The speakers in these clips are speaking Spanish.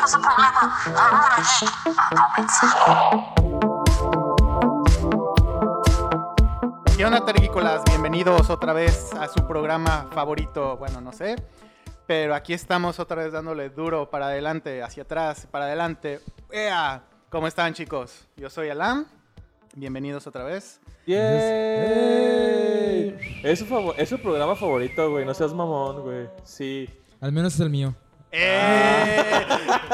no es un problema. Murmura allí. A comenzar. ¿Qué onda, terrícolas? Bienvenidos otra vez a su programa favorito, bueno, no sé, pero aquí estamos otra vez dándole duro para adelante, hacia atrás, para adelante. ¡Ea! ¿Cómo están, chicos? Yo soy Alam, bienvenidos otra vez. ¡Yay! Es su, favo- es su programa favorito, güey. No seas mamón, güey. Sí. Al menos es el mío. ¡Eh!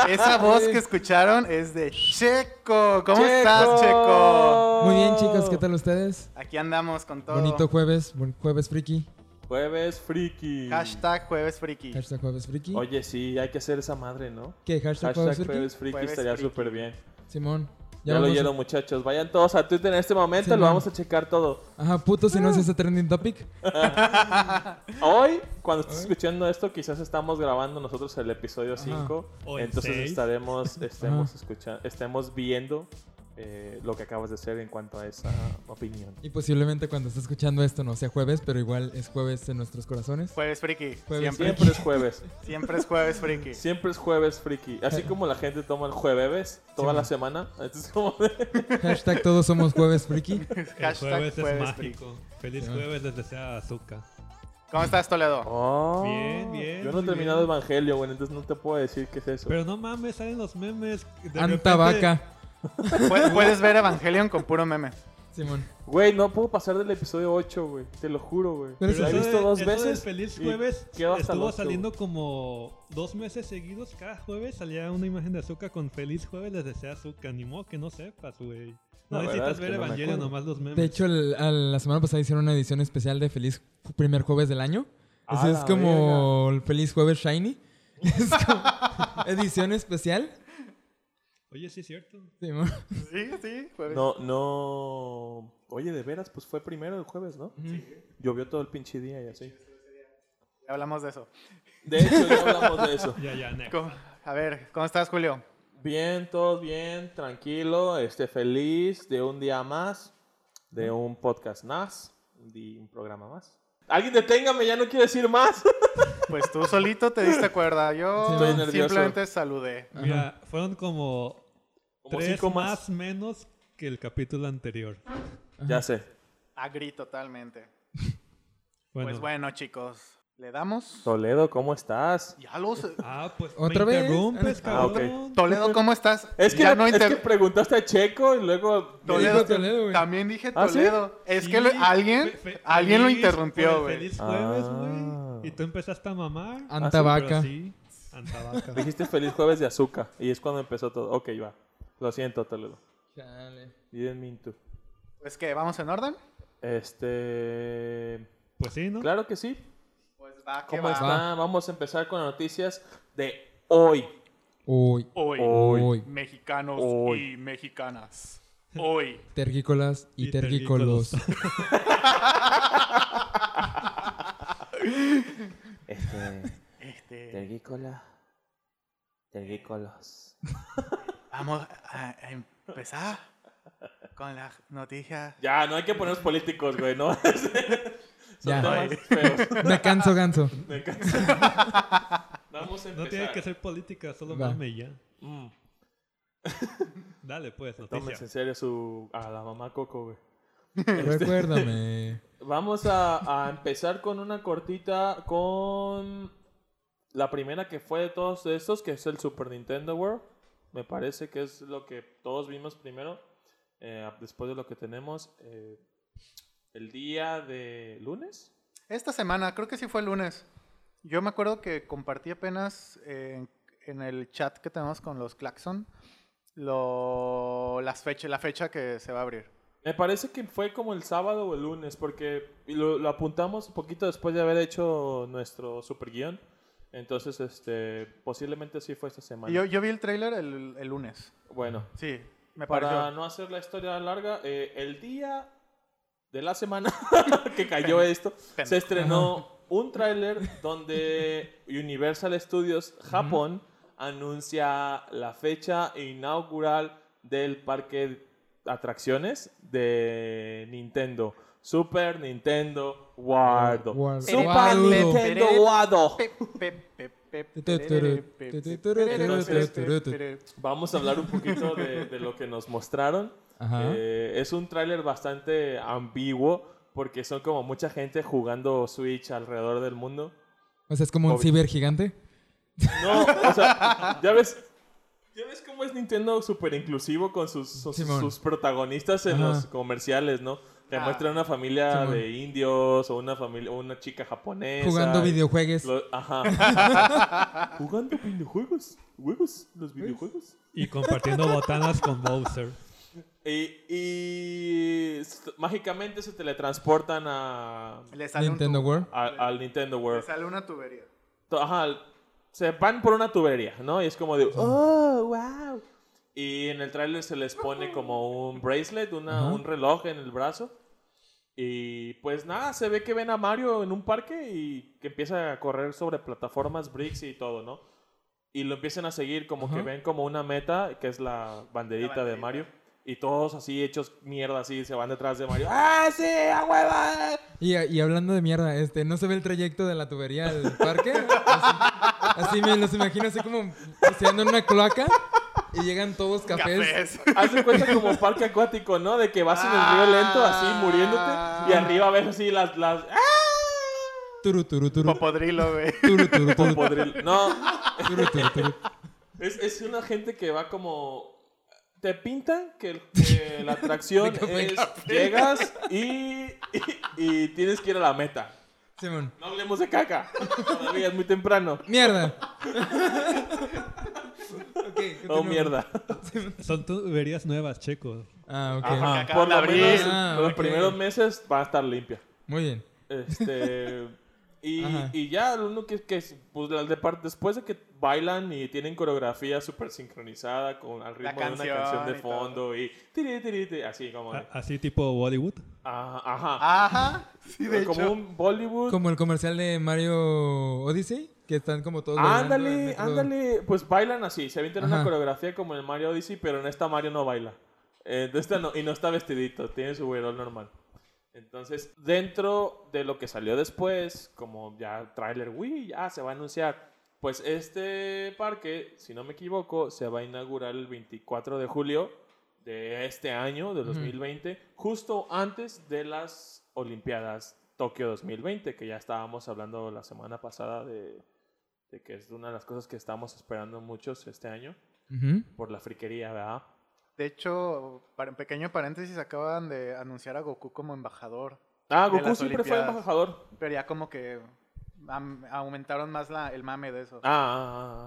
Esa voz que escucharon es de Checo. ¿Cómo estás, Checo? Muy bien, chicos, ¿qué Oh. tal ustedes? Aquí andamos con todo. Bonito jueves, buen jueves friki. Jueves friki. Hashtag Jueves Friki. Hashtag jueves friki. Oye, sí, hay que hacer esa madre, ¿no? ¿Qué? Hashtag, Hashtag jueves friki. jueves friki Jueves estaría friki. súper bien. Simón. Ya, lo vamos a- oyeron, muchachos. Vayan todos a Twitter en este momento, lo Simón. vamos a checar todo. Ajá, puto, si no es ese trending topic. Hoy, cuando estés escuchando esto, quizás estamos grabando nosotros el episodio 5. O el Entonces seis. estaremos, estemos, Ajá. escuchando, estemos viendo eh, lo que acabas de hacer en cuanto a esa opinión. Y posiblemente cuando esté escuchando esto no sea jueves, pero igual es jueves en nuestros corazones. Jueves Friki. siempre, Jueves Siempre es jueves. siempre es Jueves Friki. Siempre es jueves friki. Así como la gente toma el jueves toda la Sí, man. semana. Entonces, como de- Hashtag todos somos jueves friki. El Hashtag jueves es Jueves Friki. mágico. Feliz Sí. jueves, les desea azúcar. ¿Cómo estás, Toledo? Oh. Bien, bien, Yo no he muy terminado bien. Evangelio, güey. Entonces no te puedo decir qué es eso. Pero no mames, salen los memes. de repente- Anta vaca. Pu- Puedes ver Evangelion con puro meme. Simón. Güey, no puedo pasar del episodio 8, güey. Te lo juro, güey. Pero Pero Lo he eso- eso visto de- dos eso del veces. Feliz y jueves quedo hasta el estuvo ocho, saliendo como dos meses seguidos. Cada jueves salía una imagen de azúcar con feliz jueves les desea azúcar. Ni modo que no sepas, güey. No La verdad necesitas es que ver no me Evangelio, acuerdo. nomás los memes. De hecho, el- a la semana pasada hicieron una edición especial de Feliz ju- Primer Jueves del Año. A Ese es la como el Feliz Jueves Shiny. Es como edición especial. Oye, sí es cierto. Simón. Sí, sí, jueves. No, no. Oye, de veras, pues fue primero el jueves, ¿no? Llovió todo el pinche día y así. Ya hablamos de eso. De hecho, ya hablamos de eso. Ya, ya, next. ¿Cómo- A ver, ¿cómo estás, Julio? Bien, todo bien, tranquilo, este, feliz de un día más, de un podcast más, de un programa más. Alguien deténgame, ya no quiero decir más. Pues tú solito te diste cuerda. Yo Estoy nervioso. simplemente saludé. Mira, fueron como, Como tres cinco más. más menos que el capítulo anterior. Ya sé. Agri totalmente. Bueno. Pues bueno, chicos, ¿le damos? Toledo, ¿cómo estás? Ya lo sé. Ah, pues ¿Otra me vez? interrumpes, Ah, ok. cabrón. Toledo, ¿cómo estás? Es que, Ya no es inter- que preguntaste a Checo y luego... Toledo, dijo Toledo, güey. también dije ¿Ah, sí? Toledo. Es Sí, que lo- alguien, fe- fe- alguien lo feliz interrumpió, por el güey. Feliz jueves, Ah. güey. Y tú empezaste a mamar. Anta sí, pero vaca. Pero Ah, sí, antabaca. Dijiste feliz jueves de azúcar y es cuando empezó todo. Ok, va. Lo siento, Toledo. Chale. Didn't mean to. Pues que, ¿vamos en orden? Este... Pues sí, ¿no? Claro que sí. Pues va, que ¿Cómo va. está? Vamos a empezar con las noticias de hoy. Uy. Hoy, Hoy. Uy. mexicanos Hoy. y mexicanas. Hoy. Tergícolas y, Y tergícolos. Este... Este, Tergícola. Tergícolas. vamos a a empezar con las noticias. Ya, no hay que ponernos políticos, güey, ¿no? Son Ya. temas feos. Me canso, ganso. Me cansa. Vamos a empezar. No tiene que ser política, solo Va. mame y ya. Mm, Dale, pues, tómense noticia. en serio su... a la mamá Coco, güey. Este. Este, Recuérdame. Vamos a, a empezar con una cortita con la primera que fue de todos estos, que es el Super Nintendo World. Me parece que es lo que todos vimos primero. eh, después de lo que tenemos eh, el día de lunes. Esta semana, creo que sí fue el lunes. Yo me acuerdo que compartí apenas eh, en el chat que tenemos con los Claxon lo, las fecha, la fecha que se va a abrir. Me parece que fue como el sábado o el lunes, porque lo, lo apuntamos un poquito después de haber hecho nuestro super guión. Entonces, este, posiblemente sí fue esta semana. Y yo, yo vi el tráiler el, el lunes. Bueno, Sí, me para pareció. no hacer la historia larga, eh, el día de la semana que cayó esto, pendejo. se estrenó un tráiler donde Universal Studios Japón anuncia la fecha inaugural del parque de atracciones de Nintendo. Super Nintendo World. World. Super World. Nintendo World. Pe- pe- pe- Vamos a hablar un poquito de, de lo que nos mostraron. Ajá. Eh, es un tráiler bastante ambiguo porque son como mucha gente jugando Switch alrededor del mundo. O sea, es como un Obvio. ciber gigante. No, o sea, ya ves, ya ves cómo es Nintendo súper inclusivo con sus, sus, Simón. sus protagonistas en Ajá. los comerciales, ¿no? Te Ah. muestran una familia Simón. de indios o una familia, una chica japonesa. Jugando y- videojuegos. lo- ajá. Jugando videojuegos. Juegos, los videojuegos. Y compartiendo botanas con Bowser. Y, y s- mágicamente se teletransportan a, Le sale un Nintendo tubo. World. a- al Nintendo Le World. sale una tubería. To- Ajá, l- se van por una tubería, ¿no? Y es como de, oh, wow. Y en el tráiler se les pone como un bracelet, una- Ajá. un reloj en el brazo. Y pues nada, se ve que ven a Mario en un parque y que empieza a correr sobre plataformas, bricks y todo, ¿no? Y lo empiezan a seguir, como que Ajá. ven como una meta, que es la banderita, La de banderita. Mario. Y todos así hechos mierda, así se van detrás de Mario. ¡Ah, sí! ¡A hueva! Y, y hablando de mierda, este, ¿no se ve el trayecto de la tubería al parque? Así, así me los imagino así como paseando en una cloaca y llegan todos cafés. Cafés. Haz de cuenta como parque acuático, ¿no? De que vas en el río lento, así muriéndote, y arriba ves así las. las... ¡Ah! Turu, turu, turu. Popodrilo, güey. Turu, turu, turu, Podril- No, turu, turu, turu. es, es una gente que va como. Te pintan que, el- que la atracción De café en es. café. Llegas y, y, y tienes que ir a la meta. Simón. No hablemos de caca. Todavía es muy temprano. Mierda. okay, No, continúa. Oh, mierda. Son tuberías nuevas, checo. Ah, ok. Ajá, acaban por de lo abrir. menos Ah, los ok. primeros meses va a estar limpia. Muy bien. Este. y, Ajá. y ya, lo único que, que es, pues, la de par- después de que bailan y tienen coreografía súper sincronizada con al ritmo de una canción canción de y todo. fondo y. tiri, tiri, tiri, así como. de- A- Así tipo Bollywood. ah, ajá. Ajá. Sí, de como hecho. un Bollywood. Como el comercial de Mario Odyssey, que están como todos bailando al ándale, metro. ándale. Pues bailan así. Se avientan una Ajá. coreografía como en Mario Odyssey, pero en esta Mario no baila. Eh, de esta no, y no está vestidito, tiene su güerol normal. Entonces, dentro de lo que salió después, como ya trailer Wii, ya se va a anunciar. Pues este parque, si no me equivoco, se va a inaugurar el 24 de julio de este año, de 2020, justo antes de las Olimpiadas Tokio 2020, que ya estábamos hablando la semana pasada de, de que es una de las cosas que estamos esperando muchos este año, Ujú. por la friquería, ¿verdad? De hecho, para un pequeño paréntesis, acaban de anunciar a Goku como embajador. Ah, De Goku las siempre fue Olimpiadas. embajador. Pero ya como que am- aumentaron más la, el mame de eso. Ah, ah,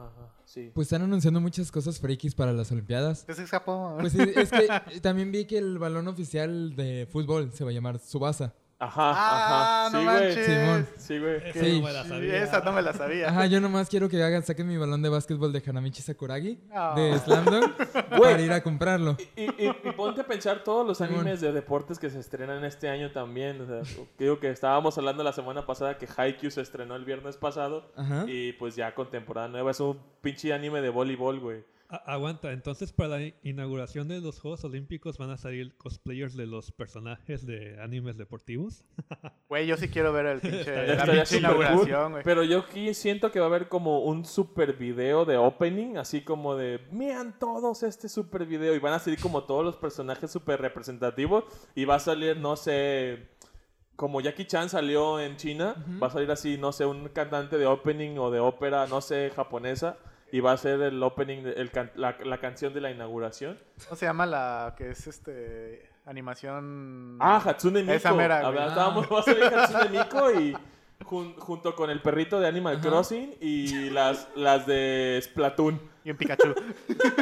ah, ah, ah, sí. Pues están anunciando muchas cosas frikis para las Olimpiadas. Entonces escapó. Pues sí, es que también vi que el balón oficial de fútbol se va a llamar Subasa. Ajá, ah, ajá. no Sí, güey. manches. Simón. Sí, güey. Esa Sí. no me la Sí, sabía. Esa no me la sabía. Ajá, yo nomás quiero que hagan, saquen mi balón de básquetbol de Hanamichi Sakuragi Ah. de Slamdon para Güey. ir a comprarlo. Y, y- y ponte a pensar todos los Simón. animes de deportes que se estrenan este año también. O sea, digo que estábamos hablando la semana pasada que Haikyuu se estrenó el viernes pasado. ¿Ah? Ajá. Y pues ya con temporada nueva es un pinche anime de voleibol, güey. A- aguanta, entonces para la inauguración de los Juegos Olímpicos van a salir cosplayers de los personajes de animes deportivos. Güey, yo sí quiero ver el pinche, este, la Estaría pinche súper cool, inauguración, güey. Pero yo aquí siento que va a haber como un super video de opening, así como de, miren todos este super video. Y van a salir como todos los personajes super representativos. Y va a salir, no sé, como Jackie Chan salió en China, va a salir así, no sé, un cantante de opening o de ópera, no sé, japonesa. Y va a ser el opening, de- el can- la, la canción de la inauguración. ¿Cómo se llama la que es este animación? Ah, Hatsune Miku. Mm. Esa mera, güey. Habla- estábamos- va a salir Hatsune Miku y jun- junto con el perrito de Animal Ajá. Crossing y las, las de Splatoon Y un Pikachu.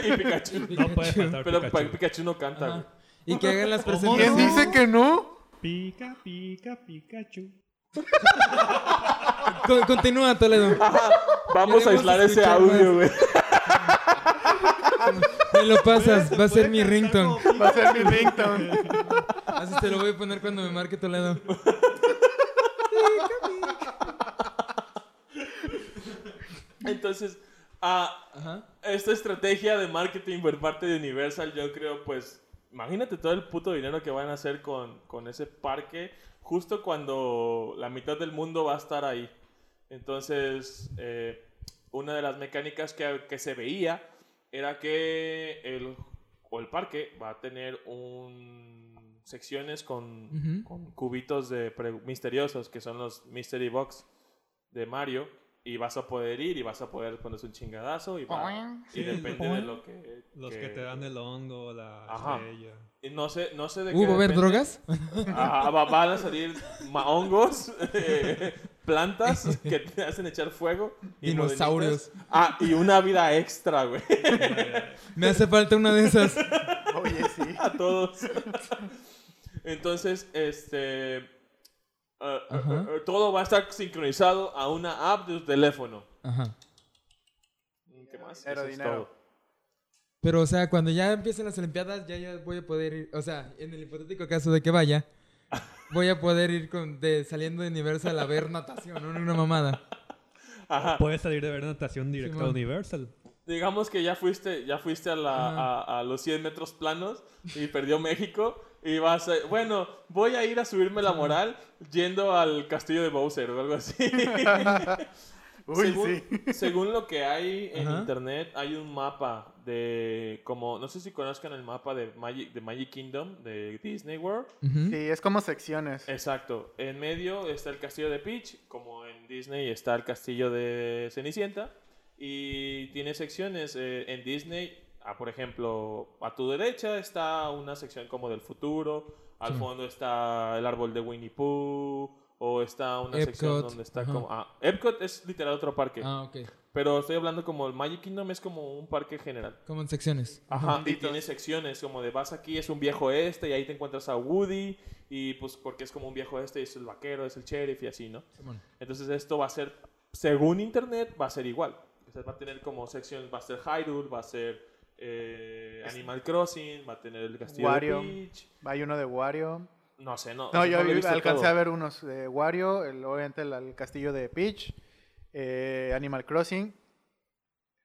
y Pikachu. No puede faltar Pero pa- Pikachu, Pikachu. no canta, Ajá. güey. Y que hagan las ¿Cómo? ¿Quién presentaciones. dice que no? Pica, pica, Pikachu. Co- continúa, Toledo. Vamos a Queremos aislar ese escuchar audio, más. güey. Me lo pasas, va a ser mi ringtone. Va a ser mi ringtone. Así te lo voy a poner cuando me marque Toledo. Entonces, ah, Ajá. esta estrategia de marketing por parte de Universal, yo creo, pues, imagínate todo el puto dinero que van a hacer con, con ese parque justo cuando la mitad del mundo va a estar ahí. Entonces, eh, una de las mecánicas que, que se veía era que el, o el parque va a tener un secciones con, Ujú. con cubitos de pre- misteriosos que son los Mystery Box de Mario y vas a poder ir y vas a poder ponerse un chingadazo y, va- y Sí, depende los- de lo que Los que te dan el hongo, la Ajá. estrella. y no sé no sé de Uh, qué ¿va a haber depende. drogas? Ajá, va- van a salir ma- hongos, eh, plantas que te hacen echar fuego. y Dinosaurios. modernitas. Ah, y una vida extra, güey. Me hace falta una de esas. Oye, sí. A todos. Entonces, este... ah, ah, Ajá. ah, todo va a estar sincronizado a una app de tu teléfono. Ajá. ¿Qué más? Dinero, Eso es dinero. todo. Pero, o sea, cuando ya empiecen las Olimpiadas, ya yo voy a poder ir. O sea, en el hipotético caso de que vaya, voy a poder ir con, de, saliendo de Universal a ver natación, ¿no? una mamada. Ajá. Puedes salir de ver natación directa a Simón. Universal. Digamos que ya fuiste, ya fuiste a, la, Ajá. a, a los 100 metros planos y perdió México. Y vas a, bueno, voy a ir a subirme la moral yendo al castillo de Bowser o algo así. Uy, según, sí. según lo que hay en Ajá. internet, hay un mapa de como, no sé si conozcan el mapa de Magic, de Magic Kingdom de Disney World. Ujú. Sí, es como secciones. Eh. Exacto. En medio está el castillo de Peach, como en Disney está el castillo de Cenicienta. Y tiene secciones eh, en Disney. ah, por ejemplo, a tu derecha está una sección como del futuro. Al Sí. fondo está el árbol de Winnie Pooh. O está una sección Epcot, donde está ajá. como... ah, Epcot es literal otro parque. Ah, ok. Pero estoy hablando como el Magic Kingdom es como un parque general. Como en secciones. Ajá, y Munditos. tiene secciones como de vas aquí, es un viejo este, y ahí te encuentras a Woody, y pues porque es como un viejo este, y es el vaquero, es el sheriff y así, ¿no? Simón. Entonces esto va a ser, según internet, va a ser igual. O sea, va a tener como secciones, va a ser Hyrule, va a ser eh, Animal Crossing, va a tener el castillo Este Wario. de Peach, Hay uno de Wario. no sé, no. No, o sea, yo lo he visto alcancé todo. a ver unos de Wario, el, obviamente el, el castillo de Peach, eh, Animal Crossing,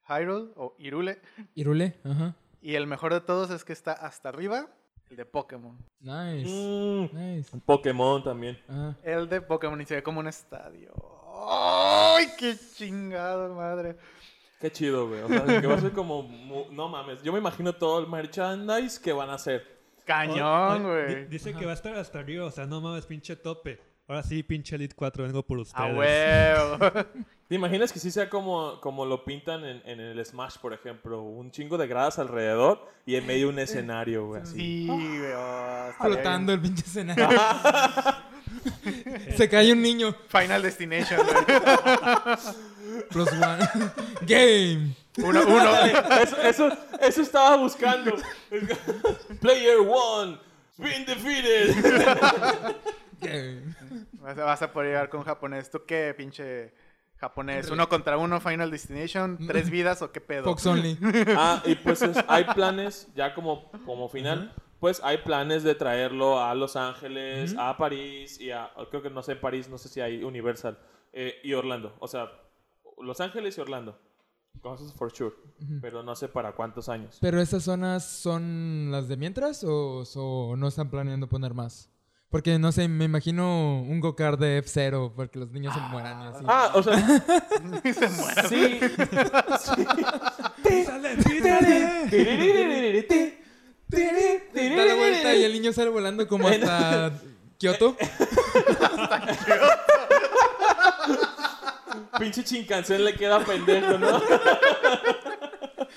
Hyrule o Irule. Irule, ajá. Y el mejor de todos es que está hasta arriba, el de Pokémon. Nice. Mm, Nice. Pokémon también. Ajá. El de Pokémon y se ve como un estadio. ¡Ay, qué chingado, madre! Qué chido, güey. O sea, que va a ser como... mu- No mames, yo me imagino todo el merchandise que van a hacer. Cañón, O- o- di- güey. Dice que Ajá. va a estar hasta arriba, o sea, no mames, pinche tope. Ahora sí, pinche Elite 4, vengo por ustedes. A huevo. ¿Te imaginas que sí sea como, como lo pintan en, en el Smash, por ejemplo? Un chingo de gradas alrededor y en medio un escenario, güey, así. Sí, güey. oh, estaría bien. Flotando el pinche escenario. Se cae un niño. Final Destination, güey. Plus one. Game. Uno, uno. Eso, eso, eso estaba buscando. Player one, been defeated. Game. Vas a, vas a poder llegar con japonés. ¿Tú qué, pinche japonés? Ándale. ¿Uno contra uno, Final Destination? ¿Tres vidas o qué pedo? Mm. Fox only. Ah, y pues es- hay planes, ya como, como final, pues hay planes de traerlo a Los Ángeles, a París y a, creo que no sé, en París, no sé si hay Universal eh, y Orlando. O sea, Los Ángeles y Orlando. Cosas for sure. Pero no sé para cuántos años. Pero esas zonas son las de mientras o, o no están planeando poner más. Porque no sé, me imagino un go-kart de F0 porque los niños se mueran y así. Ah, o sea, Se muera. sí. ¡Písale, písale! Da la vuelta y el niño sale volando como hasta Kioto. Pinche chincancén le queda pendejo, ¿no?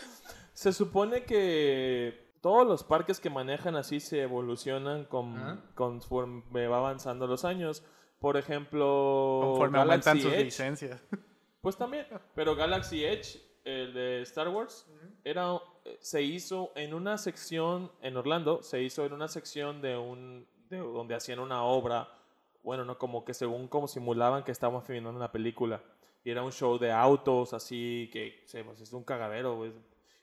Se supone que todos los parques que manejan así se evolucionan con, Ajá. conforme va avanzando los años. Por ejemplo, Conforme Oh, Galaxy aumentan sus Edge. licencias. Pues también, pero Galaxy Edge, el de Star Wars, era, se hizo en una sección, en Orlando, se hizo en una sección de un, de donde hacían una obra, bueno, no como que según como simulaban que estábamos filmando una película. Y era un show de autos, así, que se, pues, es un cagadero, güey.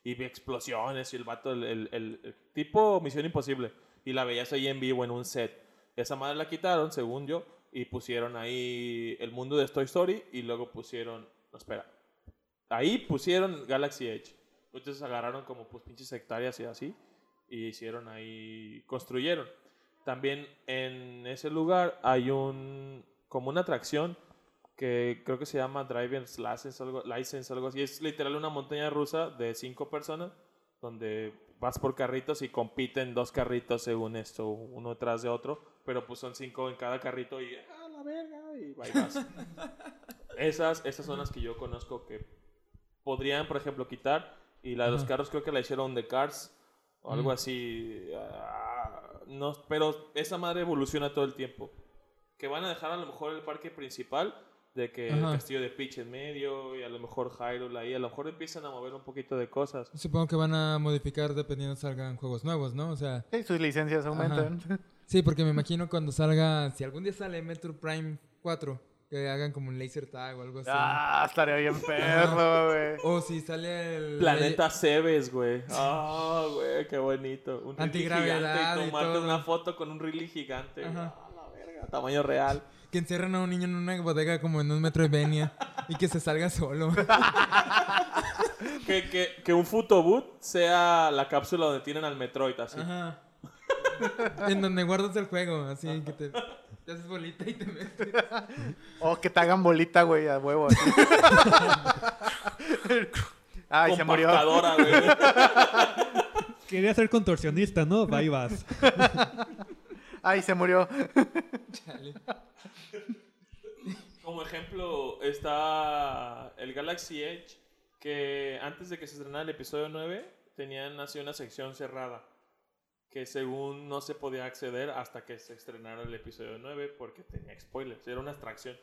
Y vi explosiones y el vato, el, el- el- el tipo Misión Imposible. Y la veías ahí en vivo en un set. Esa madre la quitaron, según yo, y pusieron ahí el mundo de Toy Story y luego pusieron, no, espera, ahí pusieron Galaxy Edge. Entonces agarraron como pues pinches hectáreas y así y hicieron ahí, construyeron. También en ese lugar hay un, como una atracción que creo que se llama Driver's License, algo, License, algo así. Es literal una montaña rusa de cinco personas donde vas por carritos y compiten dos carritos según esto, uno tras de otro, pero pues son cinco en cada carrito y ¡ah, la verga! Y ahí vas. esas, esas son las que yo conozco que podrían, por ejemplo, quitar. Y la de los Ajá. carros creo que la hicieron de Cars o algo Mm. así. ah, no, pero esa madre evoluciona todo el tiempo. Que van a dejar a lo mejor el parque principal, de que el Ajá. castillo de Peach en medio y a lo mejor Hyrule ahí, a lo mejor empiezan a mover un poquito de cosas. Supongo que van a modificar dependiendo salgan juegos nuevos, ¿no? O sea, Sí, sus licencias aumentan. sí, porque me imagino cuando salga, si algún día sale Metro Prime 4, que hagan como un laser tag o algo así. Ah, estaría bien perro, güey. O si sale el... Planeta Cebes, güey. Ah, güey, qué bonito. Un reel Antigravedad gigante y y tomarte todo. una foto con un reel gigante. güey. Ajá. Ah, la verga, tamaño real. Que encierran a un niño en una bodega como en un Metroidvania y que se salga solo. que, que, que un Futobut sea la cápsula donde tienen al Metroid, así. Ajá. en donde guardas el juego, así que te, te haces bolita y te metes. O que te hagan bolita, güey, a huevo. así. Ay, se murió. Compactadora, güey. Quería ser contorsionista, ¿no? Va y vas. Ay, se murió. Chale. Como ejemplo está el Galaxy Edge, que antes de que se estrenara el episodio 9, tenían así una sección cerrada, que según no se podía acceder hasta que se estrenara el episodio 9 porque tenía spoilers, era una extracción.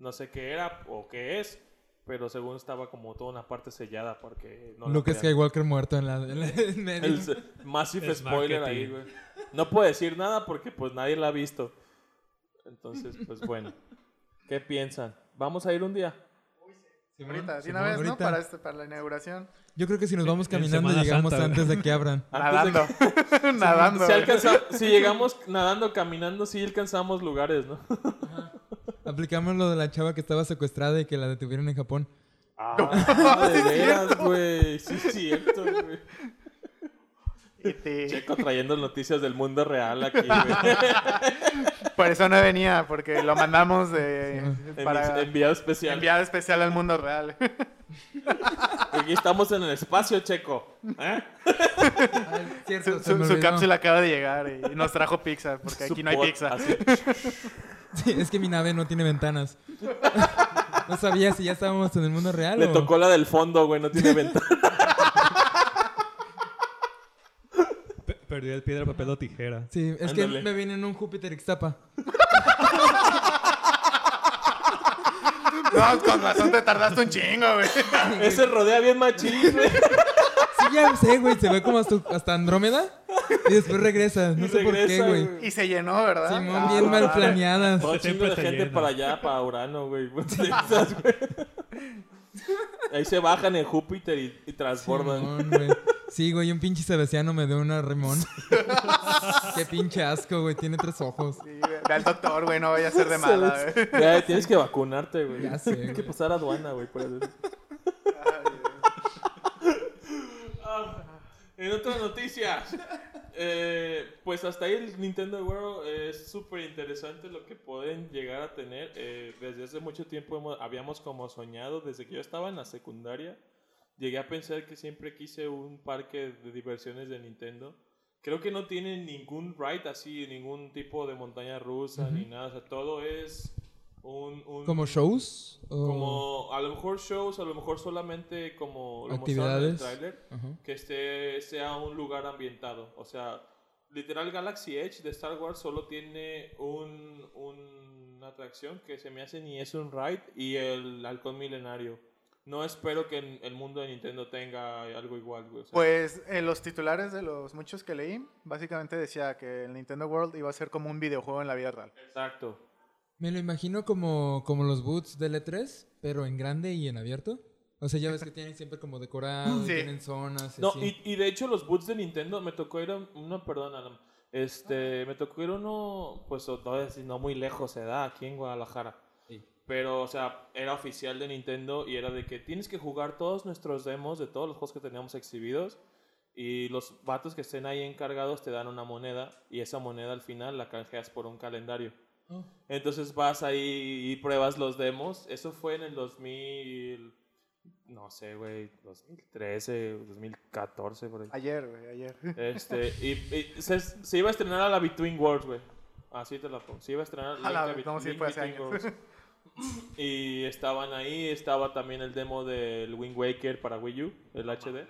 No sé qué era o qué es, pero según estaba como toda una parte sellada porque no... la Luke podían- Skywalker muerto en la... en la- en medio. el s- massive Es spoiler ahí, marketing. güey. No puedo decir nada porque pues nadie la ha visto. Entonces, pues bueno. ¿Qué piensan? ¿Vamos a ir un día? Simón, Ahorita, de una Simón, vez, ¿no? ahorita. Para, este, para la inauguración. Yo creo que si nos vamos En caminando Semana llegamos Santa, antes de que abran. Antes Nadando. de Nadando. Si, güey. alcanza- si llegamos nadando, caminando, sí alcanzamos lugares, ¿no? Aplicamos lo de la chava que estaba secuestrada y que la detuvieron en Japón. Ah, de veras, güey. Sí, es cierto, güey. Y te- Checo trayendo noticias del mundo real aquí, güey. Por eso no venía, porque lo mandamos de, Envi- para Enviado especial. enviar especial al mundo real. Aquí estamos en el espacio, Checo. ¿Eh? Cierto, Su, se su- me su olvidó. cápsula acaba de llegar y, y nos trajo pizza, porque Su aquí no hay pod- pizza. así. Sí, es que mi nave no tiene ventanas. No sabía si ya estábamos en el mundo real Le o... tocó la del fondo, güey. No tiene ventana. Pe- perdí el piedra, papel o tijera. Sí, es Ándale. que me vine en un Júpiter Ixtapa. No, con razón te tardaste un chingo, güey. Ese rodea bien machín, güey. Sí, ya sé, güey. Se ve como hasta, hasta Andrómeda. Y después regresa. No Y sé regresa, por qué, güey. Y se llenó, ¿verdad? Simón, Ah, bien mal vale. planeadas. Todo chingo Siempre de se gente llena. para allá, para Urano, güey. Pues, de esas, güey. Ahí se bajan en Júpiter y, y transbordan. Simón, güey. Sí, güey, un pinche sebesiano me dio una remón. Qué pinche asco, güey. Tiene tres ojos. Sí, güey. Ve al doctor, güey, no vaya a ser de mala, Se güey. des- Ya, tienes que vacunarte, güey. Ya sé, Tienes que güey. pasar a aduana, güey. por eso. Ah, en otras noticias, eh, pues hasta ahí el Nintendo World eh, es súper interesante lo que pueden llegar a tener. Eh, desde hace mucho tiempo hemos- habíamos como soñado, desde que yo estaba en la secundaria, llegué a pensar que siempre quise un parque de diversiones de Nintendo. Creo que no tiene ningún ride así, ningún tipo de montaña rusa ni nada. O sea, todo es un... un- ¿Como shows? O... Como a lo mejor shows, a lo mejor solamente como lo mostraron Actividades. en el tráiler Ajá. que este sea un lugar ambientado. O sea, literal Galaxy Edge de Star Wars solo tiene un, un- una atracción que se me hace ni es un ride y el halcón milenario. No espero que en- el mundo de Nintendo tenga algo igual, güey. O sea, Pues en los titulares de los muchos que leí, básicamente decía que el Nintendo World iba a ser como un videojuego en la vida real. Exacto. Me lo imagino como, como los boots del E3, pero en grande y en abierto. O sea, ya ves que tienen siempre como decorado, Sí. tienen zonas. No, así. y, y de hecho los boots de Nintendo me tocó ir a uno, perdón, Alan, Este, me tocó ir a uno, pues o- no, es- no muy lejos se da, aquí en Guadalajara. Sí. Pero, o sea, era oficial de Nintendo y era de que tienes que jugar todos nuestros demos de todos los juegos que teníamos exhibidos. Y los vatos que estén ahí encargados te dan una moneda y esa moneda al final la canjeas por un calendario. Oh. Entonces vas ahí y pruebas los demos. Eso fue en el 2000, no sé, güey, 2013, 2014, por ahí. Ayer, güey, ayer. Este, y, y se, se iba a estrenar a la Between Worlds, güey. Así te la pongo. Se iba a estrenar A la- Link Be- vamos a ir Link por hace Between años. Worlds. Y estaban ahí, estaba también el demo del Wind Waker para Wii U, el HD.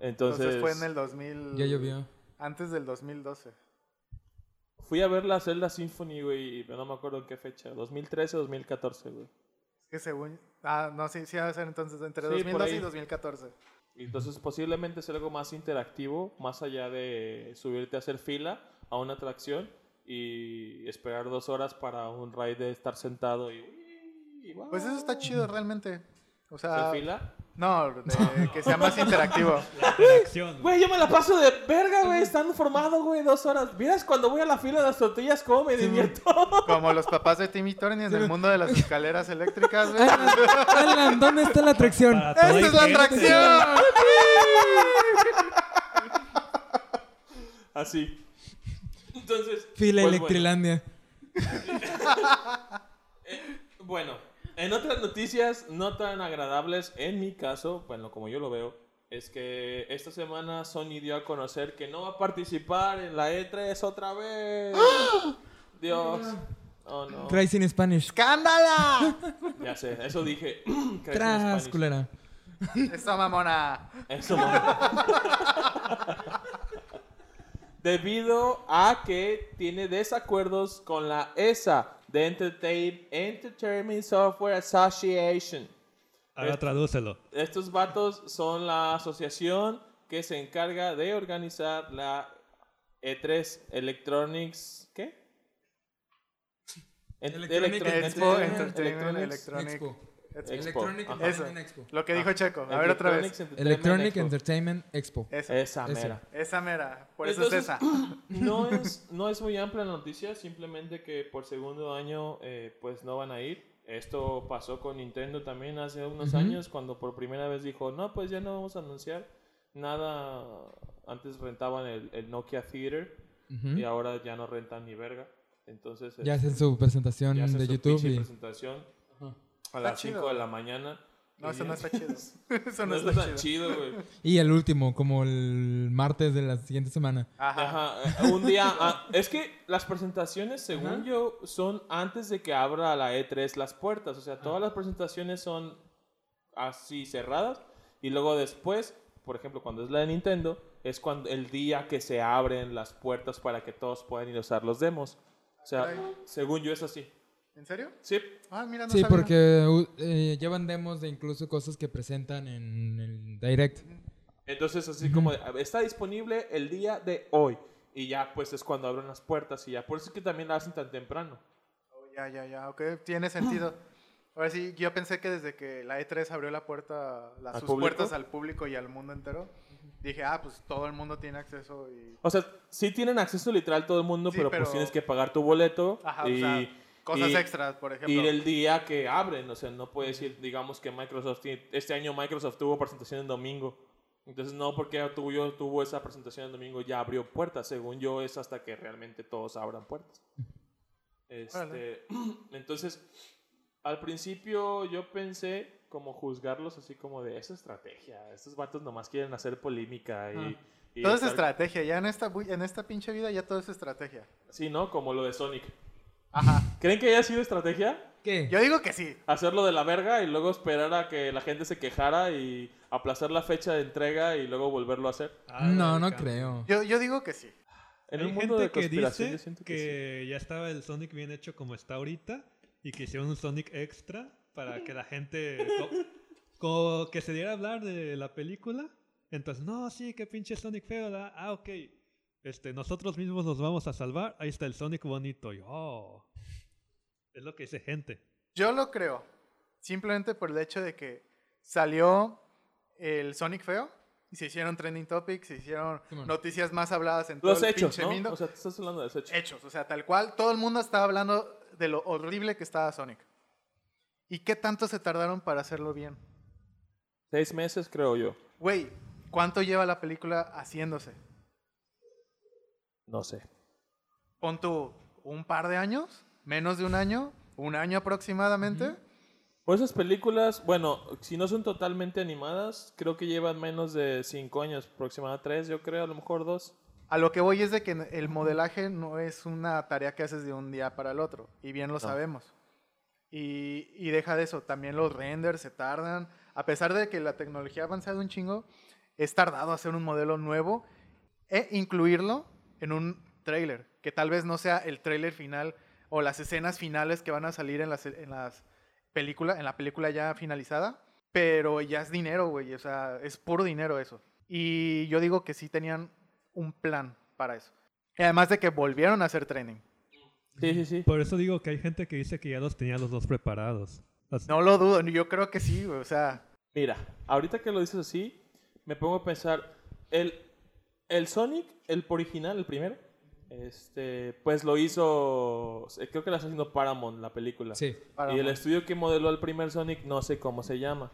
Entonces, Entonces fue en el 2000. Ya llovió. Antes del 2012. fui a ver la Zelda Symphony, güey, y no me acuerdo en qué fecha, 2013 o 2014, güey. Es que según. Ah, no, sí, sí, va a ser entonces entre Sí, por 2012 y ahí. 2014. Entonces posiblemente es algo más interactivo, más allá de subirte a hacer fila a una atracción y esperar dos horas para un ride de estar sentado y... y wow, Pues eso está chido realmente. O sea. ¿Hacer fila? No, de- que sea más interactivo. Interacción. güey. Güey, yo me la paso de verga, güey, estando formado, güey, dos horas. Miras cuando voy a la fila de las tortillas, cómo me divierto. Como los papás de Timmy Turner en el mundo de las escaleras eléctricas, güey. Ah, Alan, ¿dónde está la atracción? Para toda ¡Esta es la gente. atracción! Así. Entonces... Fila pues, Electrilandia. Bueno, en otras noticias no tan agradables, en mi caso, bueno, como yo lo veo, es que esta semana Sony dio a conocer que no va a participar en la E3 otra vez. Dios. Oh, no. Cries in Spanish. ¡Cándala! Ya sé, eso dije. Crazy Tras, Spanish. culera. Esta mamona. Eso, mamá. Debido a que tiene desacuerdos con la ESA, de Entertain- Entertainment Software Association. Ahora tradúcelo. Estos vatos son la asociación que se encarga de organizar la E3 Electronics. ¿Qué? En- Electronic Electro- Expo Entertainment- Entertainment Electronics- Electronic. Expo. Expo. Expo. Electronic Ajá. Eso. Entertainment Expo. Lo que dijo Checo. A ver otra Electronics vez. Electronic Expo. Entertainment Expo. Esa. Esa Esa. mera. Esa mera. Por eso es Entonces, esa. No es, no es muy amplia la noticia, simplemente que por segundo año eh, pues no van a ir. Esto pasó con Nintendo también hace unos Ujú. años cuando por primera vez dijo, no, pues ya no vamos a anunciar nada. Antes rentaban el, el Nokia Theater Ujú. y ahora Eh, ya no rentan ni verga. Entonces Ya este, hacen su presentación ya hacen de su YouTube pinche y presentación Ajá. a Está las chido. 5 de la mañana. No, Y eso ya- no está chido. Eso no no está está tan chido. chido, güey. Y el último, como el martes de la siguiente semana. Ajá. Ajá, eh, un día. ah, es que las presentaciones, según Ajá. yo, son antes de que abra la E3 las puertas. O sea, todas las presentaciones son así cerradas. Y luego después, por ejemplo, cuando es la de Nintendo, es cuando el día que se abren las puertas para que todos puedan ir a usar los demos. O sea, Caray. según yo es así. ¿En serio? Sí, Ah, mira, no sí, sabía. porque u- eh, llevan demos de incluso cosas que presentan en el direct. Entonces, así como de, "Ah, está disponible el día de hoy. Y ya, pues es cuando abren las puertas. Y ya, por eso es que también la hacen tan temprano. Oh, ya, ya, ya. Ok, tiene sentido. Ahora sí, yo pensé que desde que la E3 abrió la puerta, las ¿Al sus público? puertas al público y al mundo entero, dije, ah, pues todo el mundo tiene acceso y... O sea, sí tienen acceso literal todo el mundo, Sí, pero, pero- pues tienes que pagar tu boleto Ajá, y o sea, cosas y- extras, por ejemplo. ir el día que abren. O sea, no puedes ir, digamos que Microsoft, tiene- este año Microsoft tuvo presentación en domingo. Entonces, no, porque tuvo, tuvo esa presentación en domingo, ya abrió puertas. Según yo, es hasta que realmente todos abran puertas. Este, Órale. entonces, al principio yo pensé como juzgarlos así como de esa estrategia. Estos vatos nomás quieren hacer polémica y... y Todo es estar- estrategia, ya en esta, bu- en esta pinche vida ya todo es estrategia. Sí, ¿no? Como lo de Sonic. Ajá. ¿Creen que haya sido estrategia? ¿Qué? Yo digo que sí. Hacerlo de la verga y luego esperar a que la gente se quejara y aplazar la fecha de entrega y luego volverlo a hacer. Ah, no, la no verga. creo. Yo, yo digo que sí. En Hay un mundo gente de que conspiración, dice yo que, siento que sí. ya estaba el Sonic bien hecho como está ahorita y que hicieron un Sonic extra para que la gente co- co- que se diera a hablar de la película. Entonces, no, sí, qué pinche Sonic feo, ¿verdad? Ah, ok. Este, nosotros mismos nos vamos a salvar. Ahí está el Sonic bonito. Y, oh, es lo que dice gente. Yo lo creo. Simplemente por el hecho de que salió el Sonic feo y se hicieron trending topics, se hicieron Simón. noticias más habladas en todo Los el hechos, pinche ¿no? mundo. O sea, tú estás hablando de los hechos. hechos, o sea, tal cual, todo el mundo estaba hablando de lo horrible que estaba Sonic. ¿Y qué tanto se tardaron para hacerlo bien? Seis meses, creo yo. Güey, ¿cuánto lleva la película haciéndose? No sé. ¿Pon tú un par de años? menos de un año, un año aproximadamente. Pues esas películas, bueno, si no son totalmente animadas, creo que llevan menos de 5 años, aproximadamente 3, yo creo, a lo mejor 2. A lo que voy es de que el modelaje no es una tarea que haces de un día para el otro, y bien lo sabemos. Y, y deja de eso, también los renders se tardan. A pesar de que la tecnología ha avanzado un chingo, es tardado hacer un modelo nuevo e incluirlo en un trailer, que tal vez no sea el trailer final o las escenas finales que van a salir en las, en las películas, en la película ya finalizada, pero ya es dinero, güey, o sea, es puro dinero eso. Y yo digo que sí tenían un plan para eso. Y además de que volvieron a hacer training. Sí, sí, sí. Por eso digo que hay gente que dice que ya los tenía los dos preparados. Así- No lo dudo, yo creo que sí, güey, o sea, Mira, ahorita que lo dices así, me pongo a pensar, el, el Sonic, el original, el primero, este, pues lo hizo, eh, creo que la está haciendo Paramount, la película. Sí. para Y el estudio que modeló al primer Sonic, no sé cómo se llama.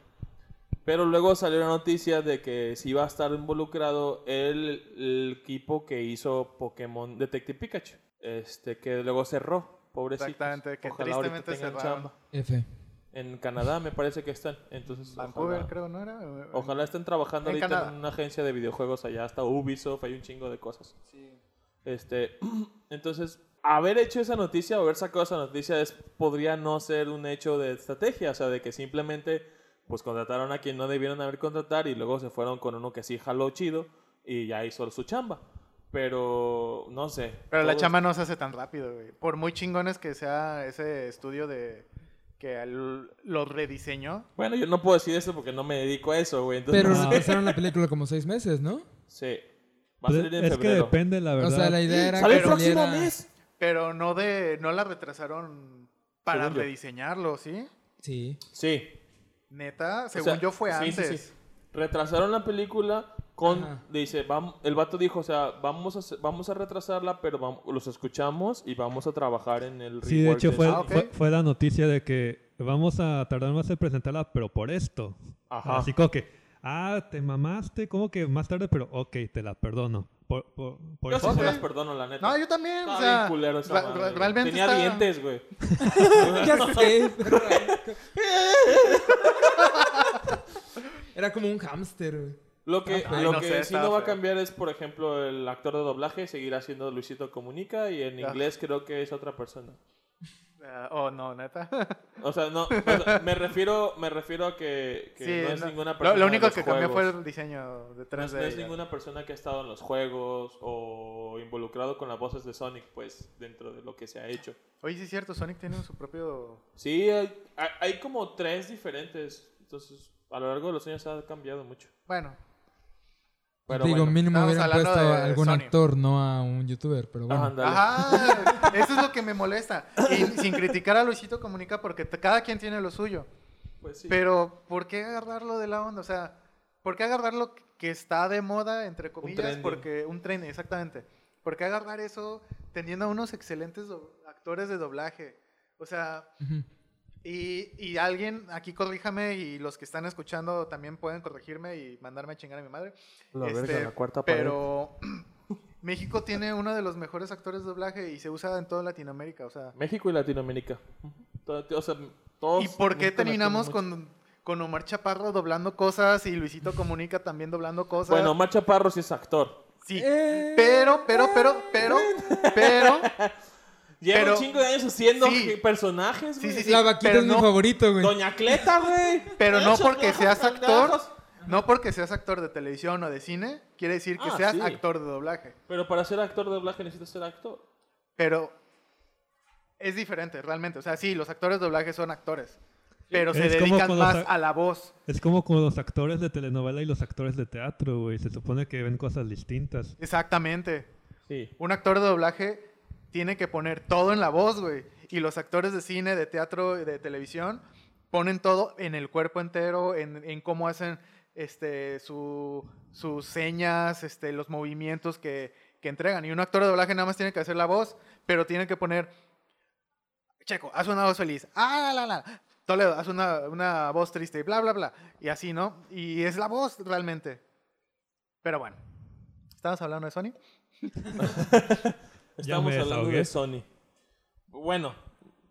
Pero luego salió la noticia de que sí va a estar involucrado el, el equipo que hizo Pokémon Detective Pikachu. Este, que luego cerró, pobrecito. Exactamente, que tristemente cerraron. chamba. F. En Canadá me parece que están. Entonces, Vancouver, ojalá, creo, ¿no era? ojalá estén trabajando En ahorita Canadá. en una agencia de videojuegos allá. Hasta Ubisoft, hay un chingo de cosas. Este, entonces, haber hecho esa noticia o haber sacado esa noticia es, podría no ser un hecho de estrategia, o sea, de que simplemente pues contrataron a quien no debieron haber contratar y luego se fueron con uno que sí jaló chido y ya hizo su chamba. Pero no sé. Pero la todo- chamba no se hace tan rápido, güey. Por muy chingones que sea ese estudio de que al- lo rediseñó. Bueno, yo no puedo decir eso porque no me dedico a eso, güey. Entonces, Pero No. empezaron la película como seis meses, ¿no? sí. Va a salir en es que febrero. depende, la verdad. O sea, la idea era Sale el que próximo saliera- mes. Pero no de no la retrasaron para Según yo. rediseñarlo, ¿sí? Sí. Sí. Neta, O según sea, yo fue sí, sí, antes. sí. Retrasaron la película con Ajá. dice, vam- el vato dijo, o sea, vamos a hacer- vamos a retrasarla, pero vam- los escuchamos y vamos a trabajar en el Sí, de rework hecho de fue, eso". Ah, ok. fue, fue la noticia de que vamos a tardar más en presentarla, pero por esto. Ajá. Así como que, ah, te mamaste, como que más tarde, pero ok, te la perdono. Por, por, por Yo sí eso. se Ok. las perdono, la neta. No, yo también, Estaba o sea, bien culero esa ra- madre, ra- güey. realmente Tenía está- dientes, güey. Ya sé. Era como un hámster, güey. Lo que, Ay, lo no que sé, sí estaba no va a feo. cambiar es, por ejemplo, el actor de doblaje seguirá siendo Luisito Comunica y en Ah. inglés creo que es otra persona. Ah, oh, no, neta. O sea, no, o sea, me refiero, me refiero a que, que Sí, no es no. ninguna Lo, persona. lo de único los que cambió juegos. fue el diseño de 3D. No es, no es ya. ninguna persona que ha estado en los juegos o involucrado con las voces de Sonic, pues, dentro de lo que se ha hecho. Oye, sí es cierto, Sonic tiene su propio... Sí, hay, hay- hay como tres diferentes. Entonces, a lo largo de los años ha cambiado mucho. Bueno, Pero Digo, bueno. mínimo Estamos hubieran hablando puesto de a algún Sony. actor, no a un youtuber, pero bueno. Ah, ándale. Ajá, eso es lo que me molesta. Y sin criticar a Luisito Comunica porque t- cada quien tiene lo suyo. Pues sí. Pero, ¿por qué agarrarlo de la onda? O sea, ¿por qué agarrar lo que está de moda, entre comillas? trending. porque un tren, exactamente. ¿Por qué agarrar eso teniendo a unos excelentes do- actores de doblaje? O sea, Ujú. y, y alguien, aquí corríjame y los que están escuchando también pueden corregirme y mandarme a chingar a mi madre. Este, pero México tiene uno de los mejores actores de doblaje y se usa en toda Latinoamérica, o sea. México y Latinoamérica. Todo- O sea, todos. ¿Y por qué interactúan terminamos mucho. con, con Omar Chaparro doblando cosas y Luisito Comunica también doblando cosas? Bueno, Omar Chaparro sí es actor. sí. Eh, Pero, pero, pero, pero, pero. Lleva Pero- un chingo de años haciendo Sí. personajes, güey. Sí, sí, sí. la vaquita pero es no- mi favorito, güey. Doña Cleta, güey. Pero no Esos porque viejos seas actor. pendejos. No porque seas actor de televisión o de cine, quiere decir que Ah, seas sí. actor de doblaje. Pero para ser actor de doblaje necesitas ser actor. Pero es diferente, realmente. O sea, sí, los actores de doblaje son actores. Pero se Es como dedican cuando más sa- a la voz. Es como con los actores de telenovela y los actores de teatro, güey. Se supone que ven cosas distintas. Exactamente. Sí. Un actor de doblaje tiene que poner todo en la voz, güey. Y los actores de cine, de teatro, y de televisión, ponen todo en el cuerpo entero, en, en cómo hacen este, su- sus señas, este, los movimientos que, que entregan. Y un actor de doblaje nada más tiene que hacer la voz, pero tiene que poner, Checo, haz una voz feliz. Ah, la, la, la. Toledo, haz una, una voz triste, y bla, bla, bla. Y así, ¿no? Y es la voz realmente. Pero bueno, ¿estamos hablando de Sony? Ya me Estamos hablando desahogué. de Sony. Bueno,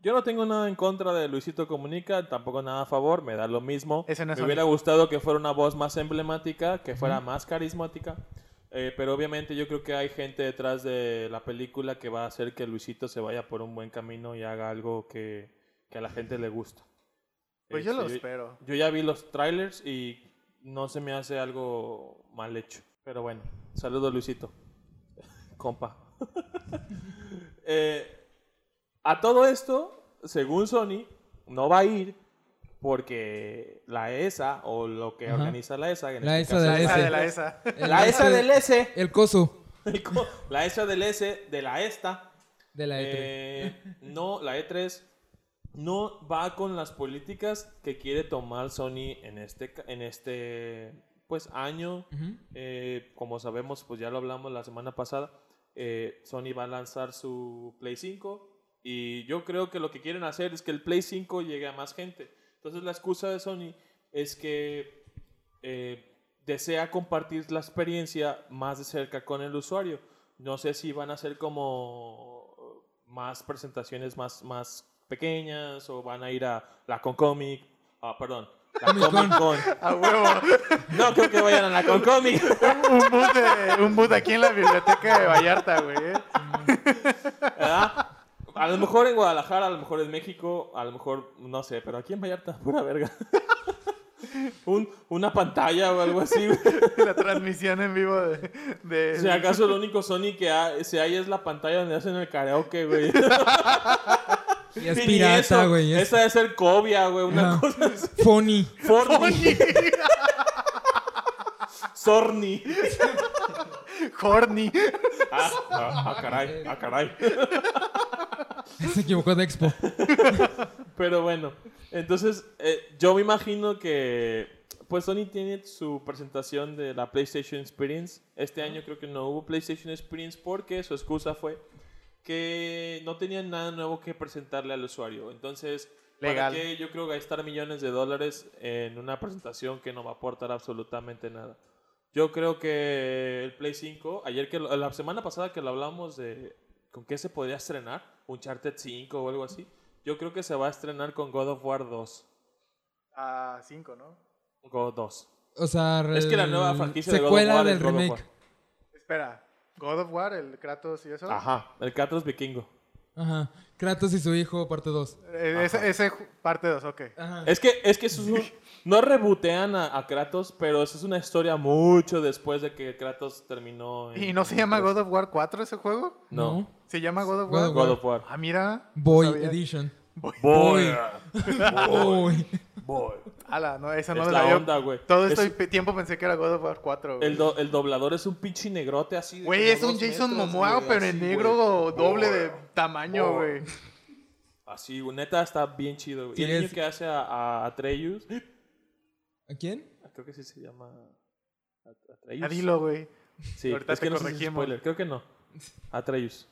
yo no tengo nada en contra de Luisito Comunica, tampoco nada a favor, me da lo mismo. Ese no es me hubiera gustado que fuera una voz más emblemática, que fuera más carismática. eh, pero obviamente yo creo que hay gente detrás de la película que va a hacer que Luisito se vaya por un buen camino y haga algo que, que a la gente le gusta. Pues yo lo Este, espero. Yo ya vi los trailers y no se me hace algo mal hecho. Pero bueno, saludos Luisito. Compa. Eh, a todo esto, según Sony, no va a ir porque la ESA o lo que Ajá. organiza la ESA. en La este ESA de caso- La esa ese. de la esa. El La ESA este- del E S. El coso La ESA del E S de la ESTA. de la E E3. Eh, no, la E3 no va con las políticas que quiere tomar Sony en este, ca- en este pues, año. Ujú. Eh, como sabemos, pues ya lo hablamos la semana pasada, eh, Sony va a lanzar su Play 5 y yo creo que lo que quieren hacer es que el Play 5 llegue a más gente. Entonces la excusa de Sony es que eh, desea compartir la experiencia más de cerca con el usuario. No sé si van a hacer como más presentaciones más, más pequeñas o van a ir a la Concomic, ah, perdón, la Comic Con. Comic Con. A huevo. No creo que vayan a la Concomic. un, boot de- un boot aquí en la biblioteca de Vallarta, güey. ¿eh? ¿verdad? A lo mejor en Guadalajara, a lo mejor en México, a lo mejor, no sé, pero aquí en Vallarta, pura verga. Un- una pantalla o algo así. güey. La transmisión en vivo de. de- Si acaso el único Sony que ha- se hay es la pantalla donde hacen el karaoke, güey. Y es Ni pirata, eso. güey. Es Esa debe ser Cobia, güey. Una Ajá. cosa así. phony. Forni. Sorni. Horny. Ah, ah, ah, caray, ah, caray. Se equivocó de expo. Pero bueno, entonces eh, yo me imagino que pues Sony tiene su presentación de la PlayStation Experience. Este año creo que no hubo PlayStation Experience porque su excusa fue que no tenían nada nuevo que presentarle al usuario. Entonces, Legal. ¿para qué yo creo gastar millones de dólares en una presentación que no va a aportar absolutamente nada? Yo creo que el Play 5, ayer que lo- la semana pasada que lo hablamos de con qué se podría estrenar, un Charted 5 o algo así. Yo creo que se va a estrenar con God of War 2. A 5, ¿no? God 2. O sea, Es que la el- nueva franquicia de God of secuela War es del God of War. remake. Espera. God of War, el Kratos y eso. Ajá. El Catros Vikingo. Ajá. Kratos y su hijo, parte 2. Eh, ese, ese ju- parte 2, ok. Ajá. Es que, es que eso es un- no rebotean a, a Kratos, pero eso es una historia mucho después de que Kratos terminó. en- ¿Y no se llama God of War 4 ese juego? No. ¿Se llama God of God War? of God of War. Ah, mira. no Boy sabía. Edition. Boy. Boy. Ala, no, esa no Es me la había- onda, güey. Todo Es- este pe- tiempo pensé que era God of War 4. güey. El, do- el doblador es un pinche negrote así. de Güey, como es un dos Jason metros, Momoa, güey, pero en así, negro güey. doble de Boy. tamaño, güey. Así, güey, neta, está bien chido. güey. Y el Tienes- niño que hace a, a Atreus, ¿A quién? creo que sí se llama At- Atreus. Ya dilo, güey. Sí, Ahorita es que te no sé si es corregimos. spoiler, creo que no. Atreus.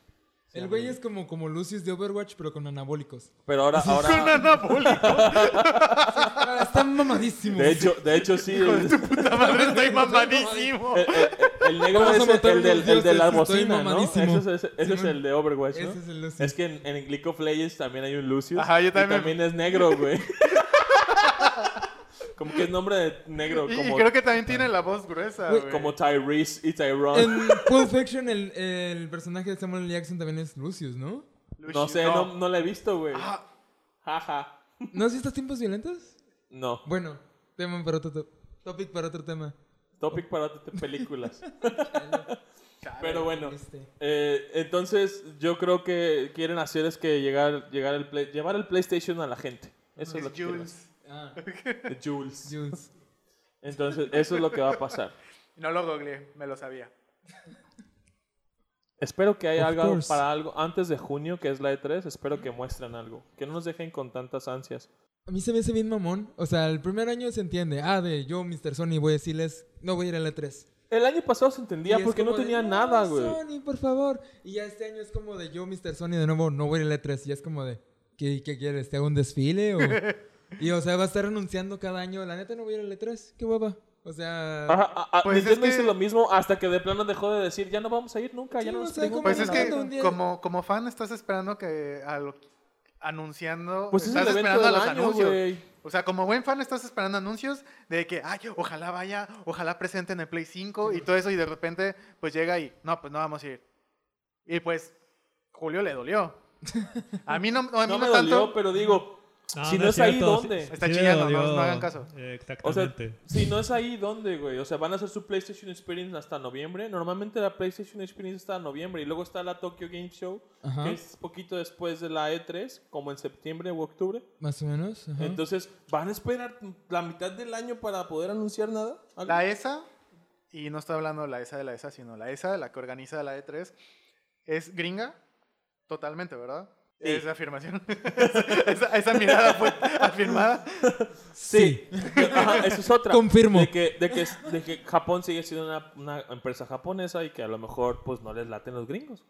Se El llama. güey es como, como Lucius de Overwatch, pero con anabólicos. Pero ahora, Son ahora. anabólicos. Ah, Está mamadísimo. De hecho, de hecho sí. El, Puta madre, estoy mamadísimo. el- el- el negro Vamos a es el, matar el del- unos el de la dioses, estoy bocina, ¿no? Ese mamadísimo. es, ese es Simón. el de Overwatch, ¿no? Ese es el Lucius. Es que en, en Click of Legends también hay un Lucius. Ajá, yo Y también- también es negro, güey. como que es nombre de negro. Y, y Como, creo que también tiene la voz gruesa, Güey, güey. como Tyrese y Tyrone. En Pulp Fiction, el, el personaje de Samuel L. Jackson también es Lucius, ¿no? No Lucius, sé, no, no la he visto, güey. Ah. Jaja. ¿No has visto tiempos violentos? No. Bueno, tema para otro to- topic para otro tema. Topic para otras películas. Pero bueno. Este. Eh, entonces, yo creo que quieren hacer es que llegar, llegar el play- llevar el PlayStation a la gente. Eso es Es lo que quieren Jules. Ah, hacer. Jules. Jules. Entonces, eso es lo que va a pasar. No lo googleé, me lo sabía. Espero que haya Of algo course. para algo antes de junio, que es la E3. Espero que muestren algo. Que no nos dejen con tantas ansias. A mí se me hace bien mamón. O sea, el primer año se entiende. Ah, de yo, Mr. Sony, voy a decirles, no voy a ir a la 3. El año pasado se entendía porque no tenía nada, güey. Sony, por favor. Y ya este año es como de yo, Mr. Sony, de nuevo, no voy a ir a la 3. Ya es como de, ¿qué, qué quieres? ¿Te hago un desfile? O... y o sea, va a estar renunciando cada año. La neta, no voy a ir a la 3. Qué hueva. O sea, Ajá, a- a- Pues es Nintendo que- hizo lo mismo hasta que de plano dejó de decir, ya no vamos a ir nunca, Sí, ya no o nos sea, preguntan ¿cómo Pues Bueno, es no, nada". no, un que día- como, como fan estás esperando que a lo- anunciando. Pues es el estás evento esperando a del los año, anuncios. güey. O sea, como buen fan estás esperando anuncios de que, ay, ojalá vaya, ojalá presenten el Play 5 y todo eso, y de repente, pues llega y, no, pues no vamos a ir. Y pues, Julio le dolió. A mí no, a mí No no, me tanto. dolió, pero digo, Si no es ahí, cierto, ¿dónde? Está chillando, no- dolió. no hagan caso. Eh, o sea, Exactamente. si no es ahí, ¿dónde, güey? O sea, van a hacer su PlayStation Experience hasta noviembre. Normalmente la PlayStation Experience está en noviembre y luego está la Tokyo Game Show, Ajá. que es poquito después de la E3, como en septiembre o octubre. Más o menos. ajá. Entonces, ¿van a esperar la mitad del año para poder anunciar nada? ¿Algo? La E ESA, y no estoy hablando la ESA de la ESA, sino la ESA, la que organiza la E3, es gringa, totalmente, ¿verdad? Sí. Esa afirmación. esa, esa mirada fue afirmada. sí. Ajá, eso es otra. Confirmo. De que, de que, de que Japón sigue siendo una, una empresa japonesa y que a lo mejor pues no les laten los gringos.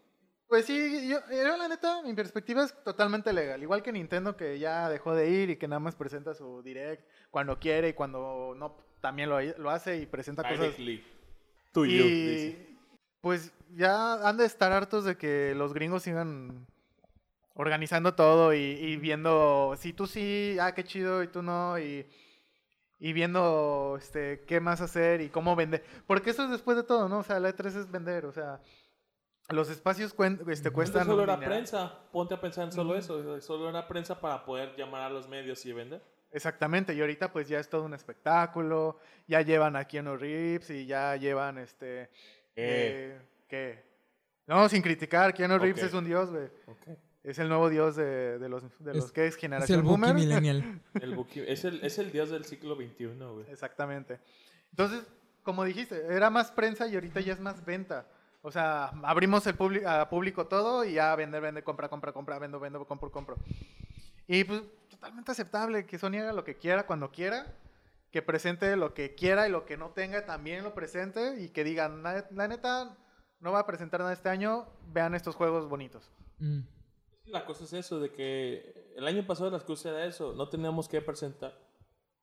Pues sí, yo, yo la neta, mi perspectiva es totalmente legal. Igual que Nintendo, que ya dejó de ir y que nada más presenta su direct cuando quiere y cuando no, también lo, lo hace y presenta cosas. Directly. To you, dice. Y pues ya han de estar hartos de que los gringos sigan organizando todo y, y viendo si tú sí, ah, qué chido, y tú no, y, y viendo este, qué más hacer y cómo vender. Porque eso es después de todo, ¿no? O sea, la E3 es vender, o sea, los espacios cuen- este, Antes cuestan. solo un era dineral. prensa. Ponte a pensar en solo eso. Solo era prensa para poder llamar a los medios y vender. Exactamente, y ahorita pues ya es todo un espectáculo, ya llevan aquí unos rips y ya llevan este... eh, ¿Qué? No, sin criticar, Keanu Reeves Ok. es un dios, güey. Ok. Es el nuevo dios de, de los, de los Es- que es Es generación el Buki boomer. Millennial. El buqui- es, el, es el dios del siglo XXI, güey. Exactamente. Entonces, como dijiste, era más prensa y ahorita ya es más venta. O sea, abrimos el publi- a público todo y ya vender, vender, compra, compra, compra, vendo, vendo, compro, compro. Y pues totalmente aceptable que Sony haga lo que quiera cuando quiera, que presente lo que quiera y lo que no tenga también lo presente y que digan, la, la neta no va a presentar nada este año, vean estos juegos bonitos. Mm. La cosa es eso, de que el año pasado la excusa era eso. No teníamos que presentar.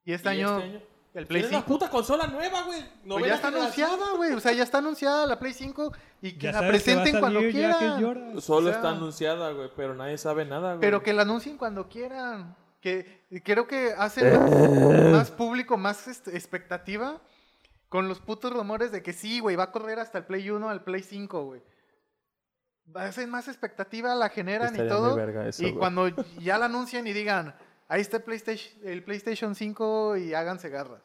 Y este, Y año, este año, el Play Tienen 5 la puta consola nueva, güey. pues, ya Novena está generación. anunciada, güey. O sea, ya está anunciada la Play 5 y que Ya la sabes que va a presenten cuando salir, ya que quieran. lloras. Solo O sea- está anunciada, güey, pero nadie sabe nada, güey. Pero que la anuncien cuando quieran. Que creo que hacen más, más público, más este, expectativa con los putos rumores de que sí, güey, va a correr hasta el Play 1 al Play 5, güey. Hacen más expectativa, la generan y Estaría todo. muy verga eso, y güey. cuando ya la anuncien y digan, ahí está el PlayStation, el PlayStation 5 y háganse garras.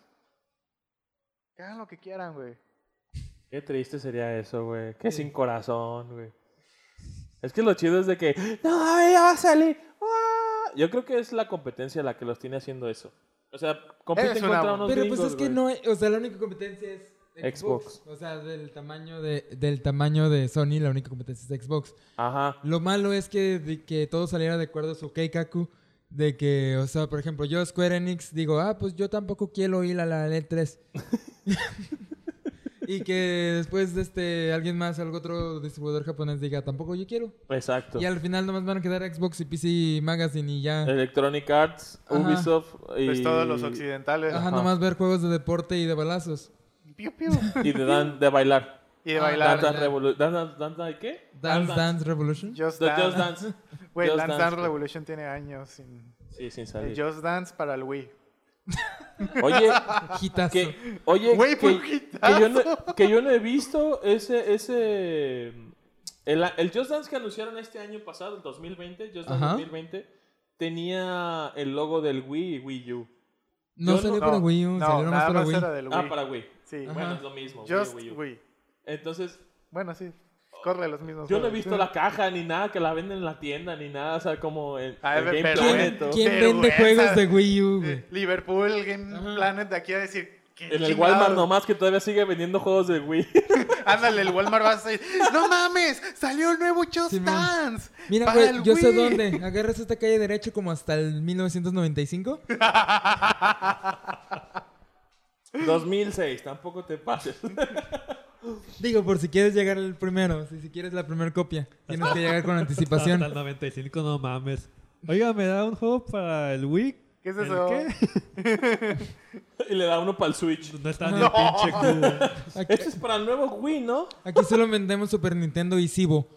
Que hagan lo que quieran, güey. Qué triste sería eso, güey. Qué sin corazón, güey. Es que lo chido es de que, no, ay, ya va a salir. ¡Ah! Yo creo que es la competencia la que los tiene haciendo eso. O sea, compiten Eres una contra bo- unos Pero gringos, pues es que güey. no, hay- o sea, la única competencia es Xbox. O sea, del tamaño de, del tamaño de Sony, la única competencia es Xbox. Ajá. Lo malo es que, de que todo saliera de acuerdo a su Keikaku. De que, o sea, por ejemplo, yo Square Enix digo, ah, pues yo tampoco quiero ir a la E3. y que después este, alguien más, algún otro distribuidor japonés diga, tampoco yo quiero. Exacto. Y al final nomás van a quedar Xbox y PC Magazine y ya. Eh, Electronic Arts, Ajá. Ubisoft y... Pues todos los occidentales. Ajá, ajá. nomás ver juegos de deporte y de balazos. Piu, piu. Y de, dan- de bailar. Y de Ah, bailar. Dance, bailar. Revolu- Dan- Dan- Dan- Dan- ¿qué? Dance Dance Revolution. Just The Dance. Just Dance. Güey, Dance Just Dance, Dance güey. Revolution tiene años sin... Sí, sin El salir. Just Dance para el Wii. Oye, ah, Hitazo. que, oye, Güey, que, fue un que yo no, que yo no he visto ese, ese, el, el Just Dance que anunciaron este año pasado, el 2020, Just Dance Ajá. 2020, tenía el logo del Wii y Wii U. No yo salió no- para Wii U, no, salió nomás nada para más Wii. era del Wii. Ah, para Wii. Sí, Ajá. Bueno, es lo mismo. Wii y Just Wii Wii, U. Entonces, Bueno, sí. Corre los mismos. yo no he juegos, visto sí. la caja ni nada que la venden en la tienda ni nada, o sea, como en, A en ver, Game Ah, pero- Planet ¿Quién, o- quién Pero, vende güey, juegos esa- de Wii U, güey? Eh, Liverpool, Game Ajá. Planet, de aquí a decir. ¿qué En el chingados? Walmart nomás que todavía sigue vendiendo juegos de Wii. Ándale, el Walmart vas a decir: ¡No mames! ¡Salió el nuevo Just Simón. Dance! Mira, para güey, el yo sé Wii". dónde. Agarras esta calle derecha como hasta el 1995. 2006, tampoco te pases. Digo, por si quieres llegar al primero, si, si quieres la primera copia, tienes que llegar con Hasta el anticipación. 95, no mames. Oiga, me da un juego para el Wii. ¿Qué es ¿El eso? qué? y le da uno para el Switch. No está en el No. pinche cubo. Aquí, Esto es para el nuevo Wii, ¿no? aquí solo vendemos Super Nintendo y Sibo.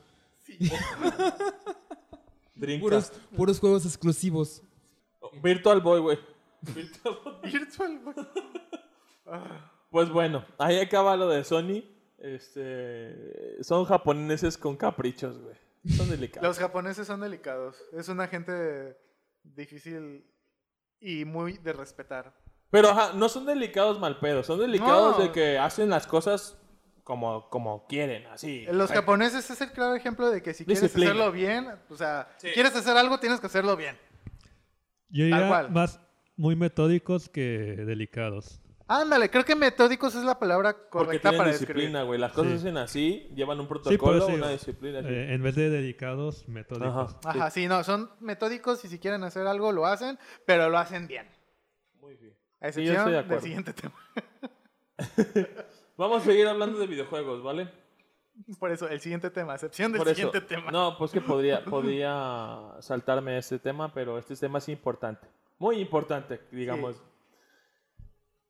Dreamcast. Puros, puros juegos exclusivos. Virtual Boy, güey. Virtual Boy. Virtual Boy. Pues bueno, ahí acaba lo de Sony. Este, son japoneses con caprichos, güey. Son delicados. Los japoneses son delicados. Es una gente difícil y muy de respetar. Pero ajá, no son delicados mal pedo, son delicados No. de que hacen las cosas como, como quieren, así. Eh, Los Perfecto. japoneses es el claro ejemplo de que si quieres Disciplina. hacerlo bien, o sea, si Sí. quieres hacer algo, tienes que hacerlo bien. Yo Tal diría cual. más muy metódicos que delicados. Ándale, creo que metódicos es la palabra Porque correcta tienen para describir. disciplina, güey. Las cosas Sí. se hacen así, llevan un Sí, por protocolo, eso digo, una disciplina. sí. eh, en vez de dedicados, metódicos. Ajá. Ajá, sí, no, son metódicos y si quieren hacer algo lo hacen, pero lo hacen bien. Muy bien. A Sí, yo estoy de excepción del siguiente acuerdo. tema. Vamos a seguir hablando de videojuegos, ¿vale? Por eso, el siguiente tema, a excepción del Por eso. siguiente tema. No, pues que podría, podría saltarme este tema, pero este tema es importante. Muy importante, digamos.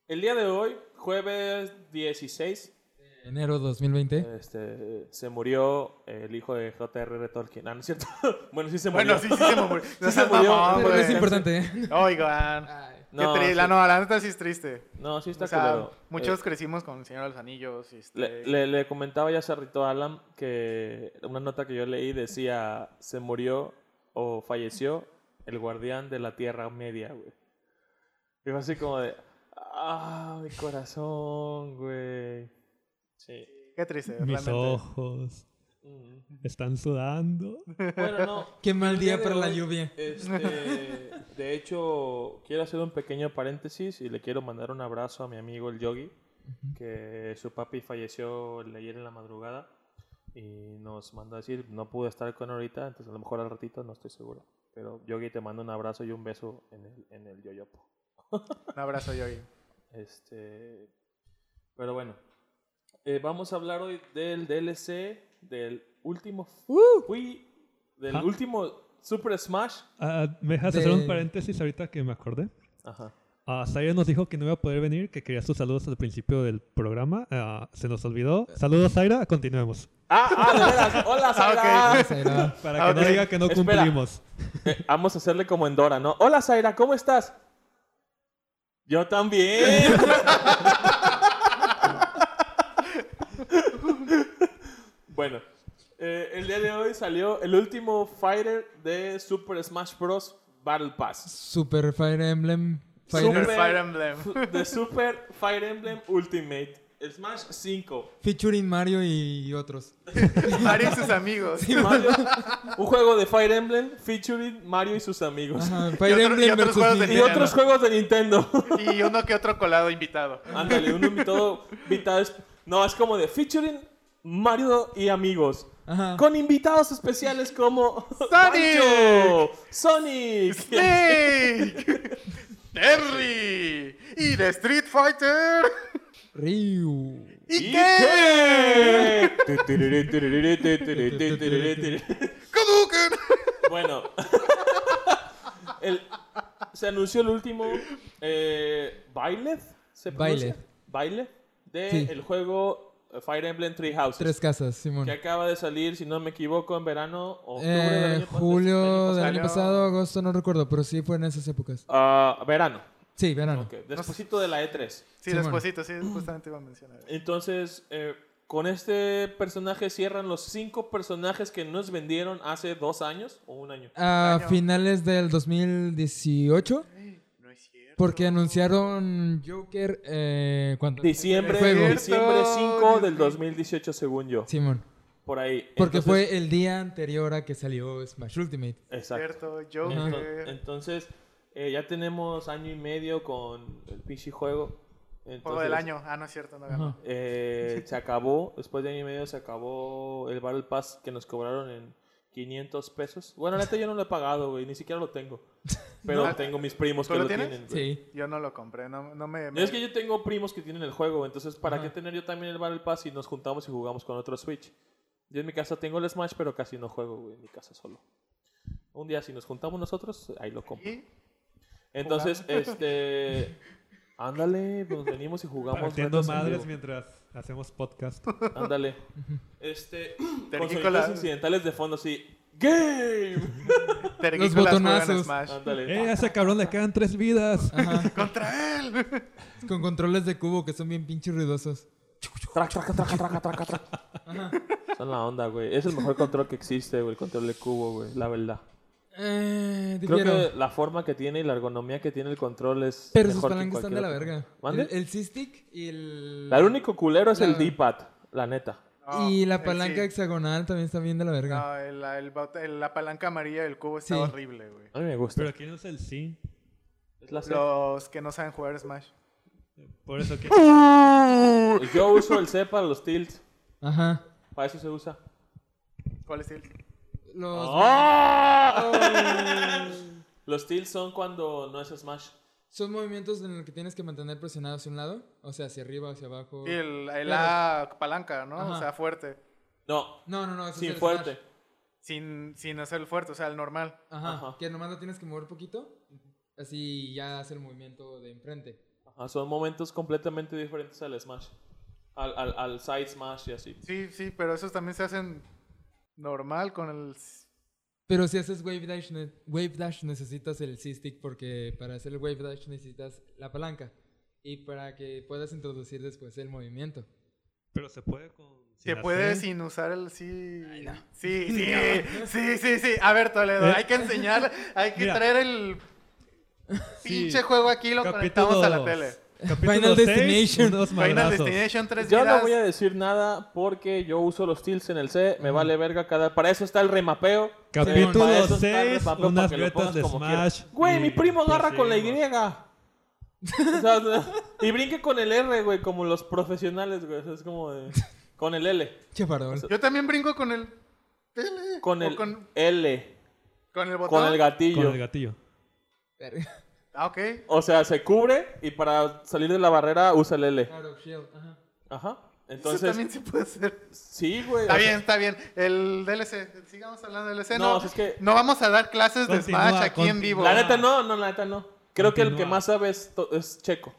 El día de hoy, jueves 16, Enero 2020. este, se murió el hijo de J.R.R. Tolkien. Ah, no es cierto. bueno, sí se murió. Bueno, sí, sí se murió. No se seas murió. mamón, Ah, Pero Pero güey. es importante, ¿eh? Oigan. Ay. Qué No, tri- sí. la, no, la neta sí es triste. No, sí está O sea, culero. muchos Eh, crecimos con el Señor de los Anillos. este, le, le- le comentaba ya hace rato a Alan que una nota que yo leí decía se murió o falleció el guardián de la Tierra Media, güey. Y fue así como de, ah, mi corazón, güey. Sí. Qué triste, Mis realmente. ojos Mm. están sudando. Bueno, no. Qué mal El día día de para la hoy- lluvia. Este, de hecho, quiero hacer un pequeño paréntesis y le quiero mandar un abrazo a mi amigo el Yogi, que su papi falleció el de ayer en la madrugada y nos mandó a decir, no pude estar con ahorita, entonces a lo mejor al ratito no estoy seguro. Pero Yogi, te mando un abrazo y un beso en el, en el yoyopo. Un abrazo, Yogi. Este, pero bueno, eh, vamos a hablar hoy del DLC, del último... fui- del Ah. último Super Smash. Ah, ¿Me dejas hacer un De- paréntesis ahorita que me acordé? Ajá. Ah, Zaire nos dijo que no iba a poder venir, que quería sus saludos al principio del programa. Ah, se nos olvidó. Saludos, Zaira. Continuemos. Ah, ah, de veras. Hola, Zaira. Ah, O sea, era- Para Ah, que ok. no diga que no Espera. cumplimos. Eh, Vamos a hacerle como en Dora, ¿no? Hola, Zaira, ¿cómo estás? Yo también. bueno, eh, el día de hoy salió el último fighter de Super Smash Bros. Battle Pass. Super Fire Emblem. Fire Super Super- Fire Emblem. De Super Fire Emblem Ultimate. Smash 5. Featuring Mario y otros. Mario y sus amigos. Mario- un juego de Fire Emblem featuring Mario y sus amigos. Ajá, Pues, Y Fire otro- y Emblem otros versus juegos de Nintendo. Y otros juegos de Nintendo. Y uno que otro colado invitado. Ándale, un invitado, invitado es- No, es como de featuring Mario y amigos. Ajá. Con invitados especiales como ¡Sonic! Pancho, Sonic. Snake, Terry y de Street Fighter Ryu. y Ken ¿Y qué? Tururú, tururú, tururú, tururú, tururú. Hadouken. Bueno, El- se anunció el último eh, baile. ¿se pronuncia? Baile de Sí. el juego Fire Emblem Three Houses. Tres casas, Simón. Que acaba de salir, si no me equivoco, en verano o octubre del Eh, año pas- julio del del año pasado. año pasado, agosto, no recuerdo, pero sí fue en esas épocas. Ah, verano. Sí, verano. Ok, Despuésito de la E E3. Sí, Sí, despuesito, sí, justamente iba a mencionar. Entonces, eh, con este personaje cierran los cinco personajes que nos vendieron hace dos años o un Este año. A Año. finales del 2018, No es cierto. porque anunciaron Joker eh, cuando... Diciembre, Juego. diciembre 5 Cierto. del 2018, según yo. Simón. Por ahí. Porque Entonces- fue el día anterior a que salió Smash Ultimate. Exacto. Cierto, Ento- Joker. Entonces, eh, ya tenemos año y medio con el pinche juego. Juego del Entonces, año. Ah, no es cierto, no ganó. Ajá. Eh, se acabó, después de año y medio se acabó el Battle Pass que nos cobraron en 500 pesos. Bueno, neta yo no lo he pagado, güey, ni siquiera lo tengo. Pero No. tengo mis primos ¿Tú que lo lo tienes? tienen. güey. Sí. Yo no lo compré, no, no me... No, Es que yo tengo primos que tienen el juego, entonces ¿para Ajá. qué tener yo también el Battle Pass si nos juntamos y jugamos con otro Switch? Yo en mi casa tengo el Smash, pero casi no juego, güey, en mi casa solo. Un día si nos juntamos nosotros, ahí lo compro. Y- Entonces, este... Ándale, nos venimos y jugamos. Partiendo retos en madres vivo. mientras hacemos podcast. Ándale. Este. con Terrícola. sonidos incidentales de fondo, sí. ¡Game! terrícolas juegan botonazos. Smash. Ándale. ¡Eh, a ese cabrón le quedan tres Ah. vidas! Ajá, ¡Contra él! con controles de cubo que son bien pinches ruidosos. Trac, trac, trac, trac, trac, trac. Son la onda, güey. Es el mejor control que existe, güey. El control de cubo, güey. La verdad. Eh, Creo difiero. que la forma que tiene y la ergonomía que tiene el control es. Pero sus mejor que palancas están de cualquier la otro. verga. ¿Mande? El, el C-Stick y el... La- El único culero es el La- D-pad, la neta. Y No, la eh, palanca sí. hexagonal también está bien de la verga. No, el- la- el bot- el- la palanca amarilla del cubo está Sí. horrible, güey. A mí me gusta. Pero aquí no es el sí. Es la C. Los que no saben jugar Smash. Por eso que... Yo uso el C para los tilts. Ajá. Para eso se usa. ¿Cuál es el? Los... Oh. ¡Oh! Los tilts son cuando no es Smash. Son movimientos en los que tienes que mantener presionado hacia un lado. O sea, hacia arriba, hacia abajo. Sí, el, el Uh, Claro. A palanca, ¿no? O Ajá. sea, fuerte. No, No, no, no. ese es sin el fuerte. Smash. Sin, sin hacer el fuerte, o sea, el normal. Ajá, Ajá. Que nomás lo tienes que mover poquito. Así ya hace el movimiento de enfrente. Ajá, son momentos completamente diferentes al Smash. Al, al, al side Smash y así. Sí, sí, pero esos también se hacen normal con el... Pero si haces wave dash, ne- wave dash necesitas el C-Stick porque para hacer el wave dash necesitas la palanca. Y para que puedas introducir después el movimiento. Pero se puede con... Se la puede C. sin usar el sí. Sí, sí, sí, sí, sí. A ver, Toledo, Eh. hay que enseñar, hay que Mira. traer el Sí. pinche juego aquí y lo conectamos a la tele. Capítulo Final seis, Destination. unos Final madrazos. Destination 3 Yo no vidas. voy a decir nada porque yo uso los tilts en el C, me vale verga cada... Para eso está el remapeo. Capítulo Para eso está el 6, remapeo, unas para que lo grietas pongas de como quieras. Smash Güey, y mi primo agarra con la Y. seguimos. O sea, o sea, y brinque con el R, güey, como los profesionales, güey. O sea, es como de- Con el L. Chaparrón. Yo también brinco con el... tele, Con o el Con, L. con el botón. Con el gatillo. Con el gatillo. Verga. Ah, ok. O sea, se cubre y para salir de la barrera usa el L. Out of shield, ajá. Ajá. Eso Entonces, Ah. también se puede hacer. sí, güey. Está o sea, bien, está bien. El DLC, sigamos hablando del DLC. No, No, no, es que- vamos a dar clases de Continúa, Smash aquí en conti- vivo. La neta no, no, la neta no. Creo que el que Continúa. más sabe es, to- es Checo.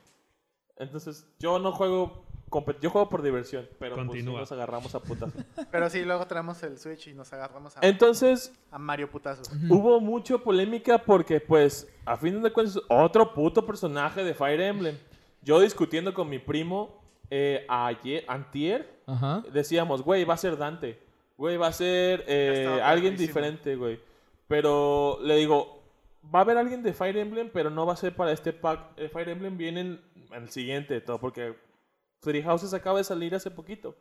Entonces, yo no juego... compet- Yo juego por diversión, pero pues, sí Continúa. nos agarramos a putas. Pero sí, luego traemos el Switch y nos agarramos a, Entonces, a Mario putazo. hubo mucha polémica porque, pues, a fin de cuentas, otro puto personaje de Fire Emblem. Yo discutiendo con mi primo eh, ayer, antier, Ajá. decíamos, güey, va a ser Dante. Güey, va a ser eh, Ya estaba alguien clarísimo. diferente, güey. Pero le digo, va a haber alguien de Fire Emblem, pero no va a ser para este pack. El Fire Emblem viene en, en el siguiente, todo, porque Three Houses acaba de salir hace poquito.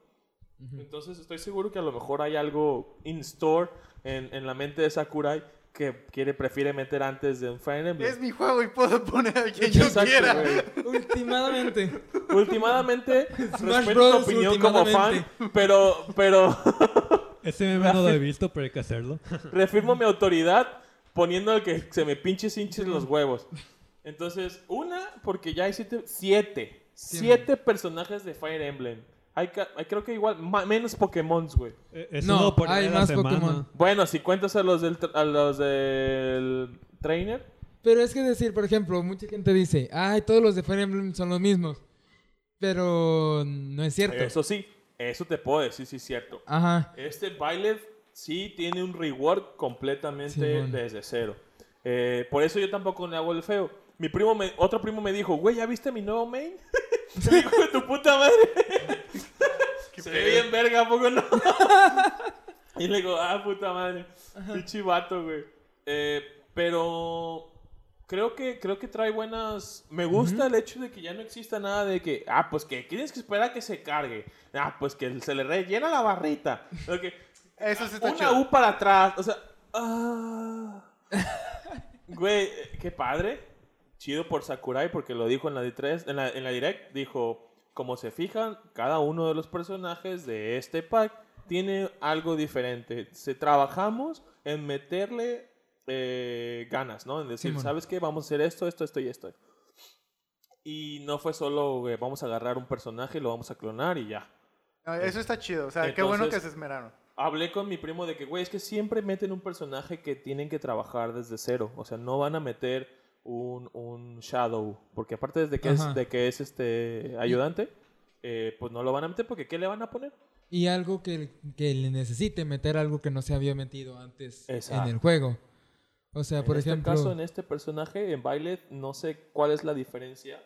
Entonces estoy seguro que a lo mejor hay algo in store en, en la mente de Sakurai que quiere, prefiere meter antes de un Fire Emblem. Es mi juego y puedo poner a quien yo Exacto, quiera. güey. Ultimadamente. Últimamente, respeto tu Bros. opinión como fan, últimamente. pero, pero Ese meme no lo he visto, pero hay que hacerlo. Refirmo mi autoridad poniendo el que se me pinches hinches los huevos. Entonces, una, porque ya hay siete, siete, siete personajes de Fire Emblem. Hay, ca- hay creo que igual, ma- menos Pokémon, güey. Eh, Es No, uno por hay día a la más semana. Pokémon. Bueno, si cuentas a los del, tr- a los del trainer, Pero es que decir, por ejemplo, mucha gente dice, ay, todos los de Fire Emblem son los mismos. Pero no es cierto. eso sí, eso te puedo decir, sí es cierto. Ajá. Este baile sí tiene un reward completamente Simón. desde cero. Eh, por eso yo tampoco le hago el feo. Mi primo, me- otro primo me dijo, güey, ¿ya viste mi nuevo main? Hijo de tu puta madre. Se ve bien verga, ¿a poco no? y le digo, ah, puta madre. Pinche vato, güey. Eh, pero creo que, creo que trae buenas... Me gusta el hecho de que ya no exista nada de que, ah, pues que tienes que esperar a que se cargue. Ah, pues que se le rellena la barrita. Ok. Eso sí está Una chido. U para atrás. O sea, ah. Güey, eh, qué padre. Chido por Sakurai porque lo dijo en la, D3, en la, en la direct. Dijo, como se fijan, cada uno de los personajes de este pack tiene algo diferente. Se trabajamos en meterle eh, ganas, ¿no? En decir, Simón. ¿sabes qué? Vamos a hacer esto, esto, esto y esto. Y no fue solo, güey, vamos a agarrar un personaje y lo vamos a clonar y ya. No, eso está chido. O sea, qué bueno que Entonces- se esmeraron. Hablé con mi primo de que, güey, es que siempre meten un personaje que tienen que trabajar desde cero. O sea, no van a meter un, un Shadow. Porque aparte de que, Ajá. es, de que es este ayudante, eh, pues no lo van a meter porque ¿qué le van a poner? Y algo que, que le necesite meter algo que no se había metido antes Exacto. en el juego. O sea, En por este ejemplo. caso, en este personaje, en Violet, no sé cuál es la diferencia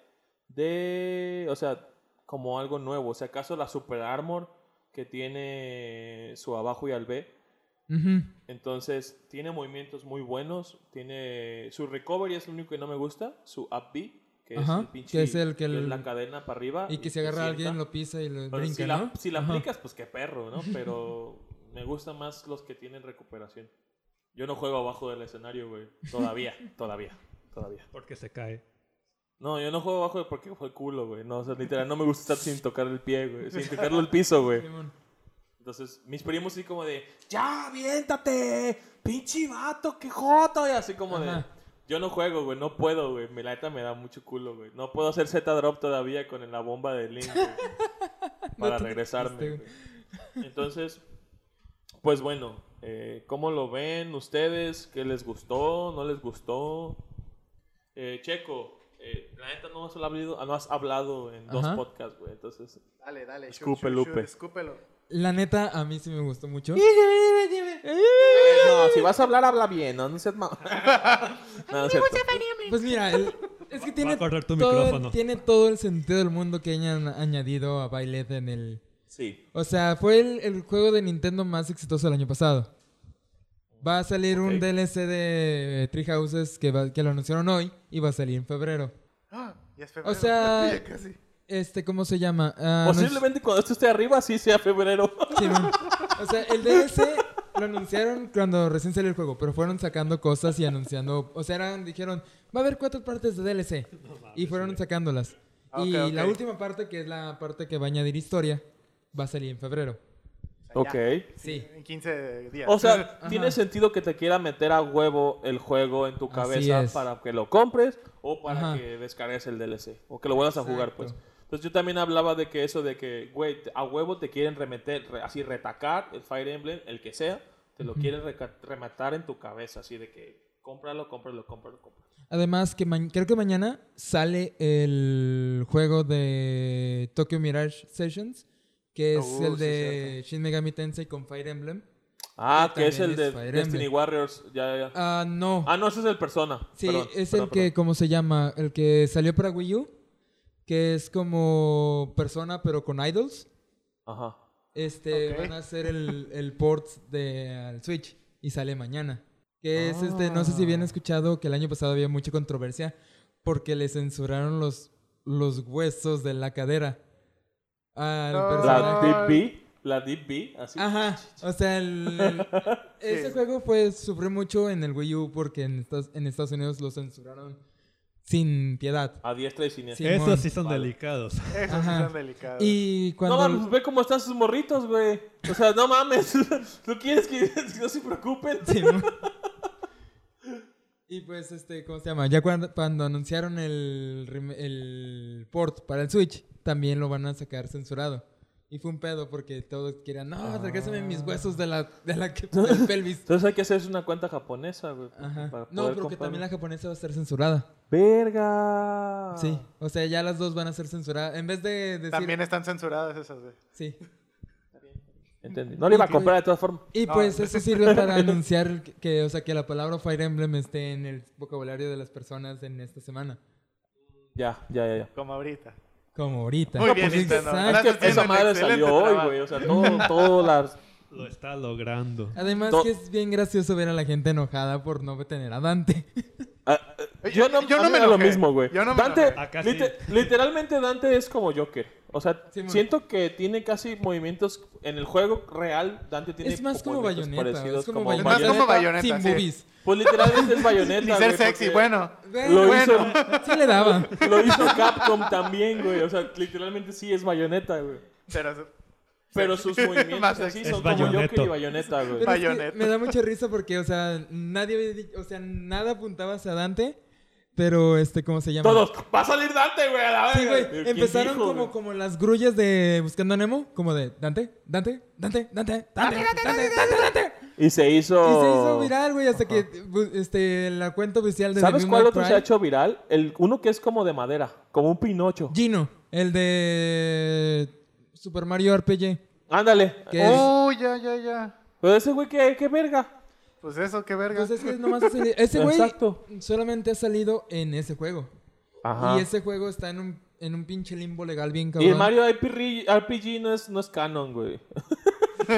de. O sea, como algo nuevo. O sea, acaso la Super Armor que tiene su abajo y al B. Ujú. Entonces, tiene movimientos muy buenos. Tiene. Su recovery es lo único que no me gusta. Su up B, que Ajá, es el pinche. que es el que el- es la cadena para arriba. Y que si agarra a alguien sienta. lo pisa y lo Ah, Pero brinca, si, la, ¿no? si la Ajá. aplicas, pues qué perro, ¿no? Pero me gustan más los que tienen recuperación. Yo no juego abajo del escenario, güey. Todavía, todavía, todavía. Porque se cae. No, yo no juego abajo de- porque fue culo, güey. No, o sea, literal, no me gusta estar sin tocar el pie, güey. Sin tocarlo el piso, güey. Simón. Entonces, mis primos sí como de, ya, aviéntate, pinche vato, qué joto. Y así como de, Ajá. yo no juego, güey, no puedo, güey. Mi neta me da mucho culo, güey. No puedo hacer Z-Drop todavía con la bomba de Link, güey, para No te regresarme. triste, güey. Entonces, pues bueno, eh, ¿cómo lo ven ustedes? ¿Qué les gustó? ¿No les gustó? Eh, Checo, eh, la neta no has hablado, no has hablado en dos Ajá. podcasts, güey. Entonces, Dale, dale. shoot, Escupe, shoot, shoot, Lupe. Escúpelo. La neta, a mí sí me gustó mucho. Pues No, si vas a hablar, habla bien, no, no seas ma- no, no es cierto. Pues mira, el- es que Va tiene a correr tu todo, micrófono. tiene todo el sentido del mundo que hayan añadido a Violet en el... Sí. O sea, fue el, el juego de Nintendo más exitoso del año pasado. Va a salir un Ok. DLC de eh, Tree Houses que, va- que lo anunciaron hoy y va a salir en febrero. Ah, ya es febrero. O sea- Ya casi. Este, ¿cómo se llama? Ah, anunci- Posiblemente cuando esto esté arriba, sí sea febrero. Sí, man. o sea, el DLC lo anunciaron cuando recién salió el juego, pero fueron sacando cosas y anunciando. O sea, eran, dijeron, va a haber cuatro partes de DLC. y fueron sacándolas. Ah, y ok, la ok. última parte, que es la parte que va a añadir historia, va a salir en febrero. O sea, ya. Ok. Sí. En 15 días. O sea, Ajá. tiene sentido que te quiera meter a huevo el juego en tu Así cabeza es. para que lo compres o para Ajá. que descargues el DLC o que lo vuelvas a jugar, pues. Exacto. Entonces yo también hablaba de que eso de que, güey, te- a huevo te quieren remeter, re- así retacar el Fire Emblem, el que sea, te lo quieren reca- rematar en tu cabeza, así de que cómpralo, cómpralo, cómpralo, cómpralo. Además, que ma- creo que mañana sale el juego de Tokyo Mirage Sessions, que es Uh, el sí, de Shin Megami Tensei con Fire Emblem. Ah, Que que es el también de es Fire Destiny Emblem. Warriors. Ya, ya. Ah, no. Ah, no, ese es el Persona. Sí, Perdón, es perdón, el que, perdón. ¿cómo se llama? El que salió para Wii U, que es como persona, pero con idols. Ajá. Este, Ok. van a hacer el, el port de al Switch y sale mañana. Que es este, no sé si bien Ah. escuchado que el año pasado había mucha controversia porque le censuraron los, los huesos de la cadera al No. La personaje. Deep B. La Deep B, así. Ajá, o sea, el- el- ese Sí. juego pues sufrió mucho en el Wii U porque en Estados, en Estados Unidos lo censuraron sin piedad. A diestra y siniestra. Sí. Simón. Esos sí son Vale. delicados. Eso sí Ajá. tan delicado. Y No cuando... mames, pues ve cómo están sus morritos, güey. O sea, no mames. No quieres que que no se preocupen. Simón. y pues, este, ¿cómo se llama? Ya cuando, cuando anunciaron el, rem- el port para el Switch, también lo van a sacar censurado. Y fue un pedo porque todos querían, Ah. no, regresame mis huesos de la, de la que- del pelvis. Entonces hay que hacerse una cuenta japonesa, güey. Ajá. para No, poder pero que comprar- también la japonesa va a estar censurada. ¡Verga! Sí. O sea, ya las dos van a ser censuradas. En vez de decir. También están censuradas esas. güey. Sí. Entendí. No le iba a comprar de todas formas. Y No. pues eso sirve para anunciar que- que, o sea, que la palabra Fire Emblem esté en el vocabulario de las personas en esta semana. Ya, ya, ya, ya. Como ahorita. Como ahorita. Muy bien, Pues, Nintendo. exacto. Gracias, Es que esa tienen madre excelente salió hoy, trabajo. güey. O sea, todo, todo las... Lo está logrando. Además To- que es bien gracioso ver a la gente enojada por no tener a Dante. Ah, eh, yo no, Yo a no mí me da lo enojé. mismo, güey. Yo no me Dante, enojé. Acá sí. lite- literalmente Dante es como Joker. O sea, Sí, mon. siento que tiene casi movimientos en el juego real. Dante tiene es más como movimientos bayoneta. parecidos Es como, Es Bayonetta. más bayoneta, como Bayonetta, sin sí. boobies. Pues literalmente es Ni bayoneta. ser güey, sexy, porque bueno. Lo Bueno, hizo, Sí le daba. lo hizo Capcom también, güey. O sea, literalmente sí es bayoneta, güey. Pero Pero sus movimientos Más así sexy. son como Es Joker bayoneto. y bayoneta, güey. Pero es que Bayonetta. me da mucha risa porque, o sea, nadie había dicho- o sea, nada apuntaba hacia Dante, pero este, ¿cómo se llama? Todos, va a salir Dante, güey, a la Sí, verga. güey. ¿Quién Empezaron dijo, como, güey? como las grullas de Buscando a Nemo, como de Dante, Dante, Dante, Dante, Dante, Dante, Dante, Dante, Dante. Y se hizo... Y se hizo viral, güey, hasta que bu- este, la cuenta oficial de The Ah. ¿Sabes Devil cuál May otro Cry- se ha hecho viral? El, uno que es como de madera, como un pinocho. Gino, el de Super Mario RPG. Ándale. ¿Qué? Oh, Oh, ya, ya, ya. pero ese güey, ¿qué, qué verga? Pues eso, qué verga. Pues es que nomás ha salido- Ese güey Exacto. solamente ha salido en ese juego. Ajá. Y ese juego está en un, en un pinche limbo legal bien Y cabrón. el Mario RPG, RPG no, es, no es canon, güey.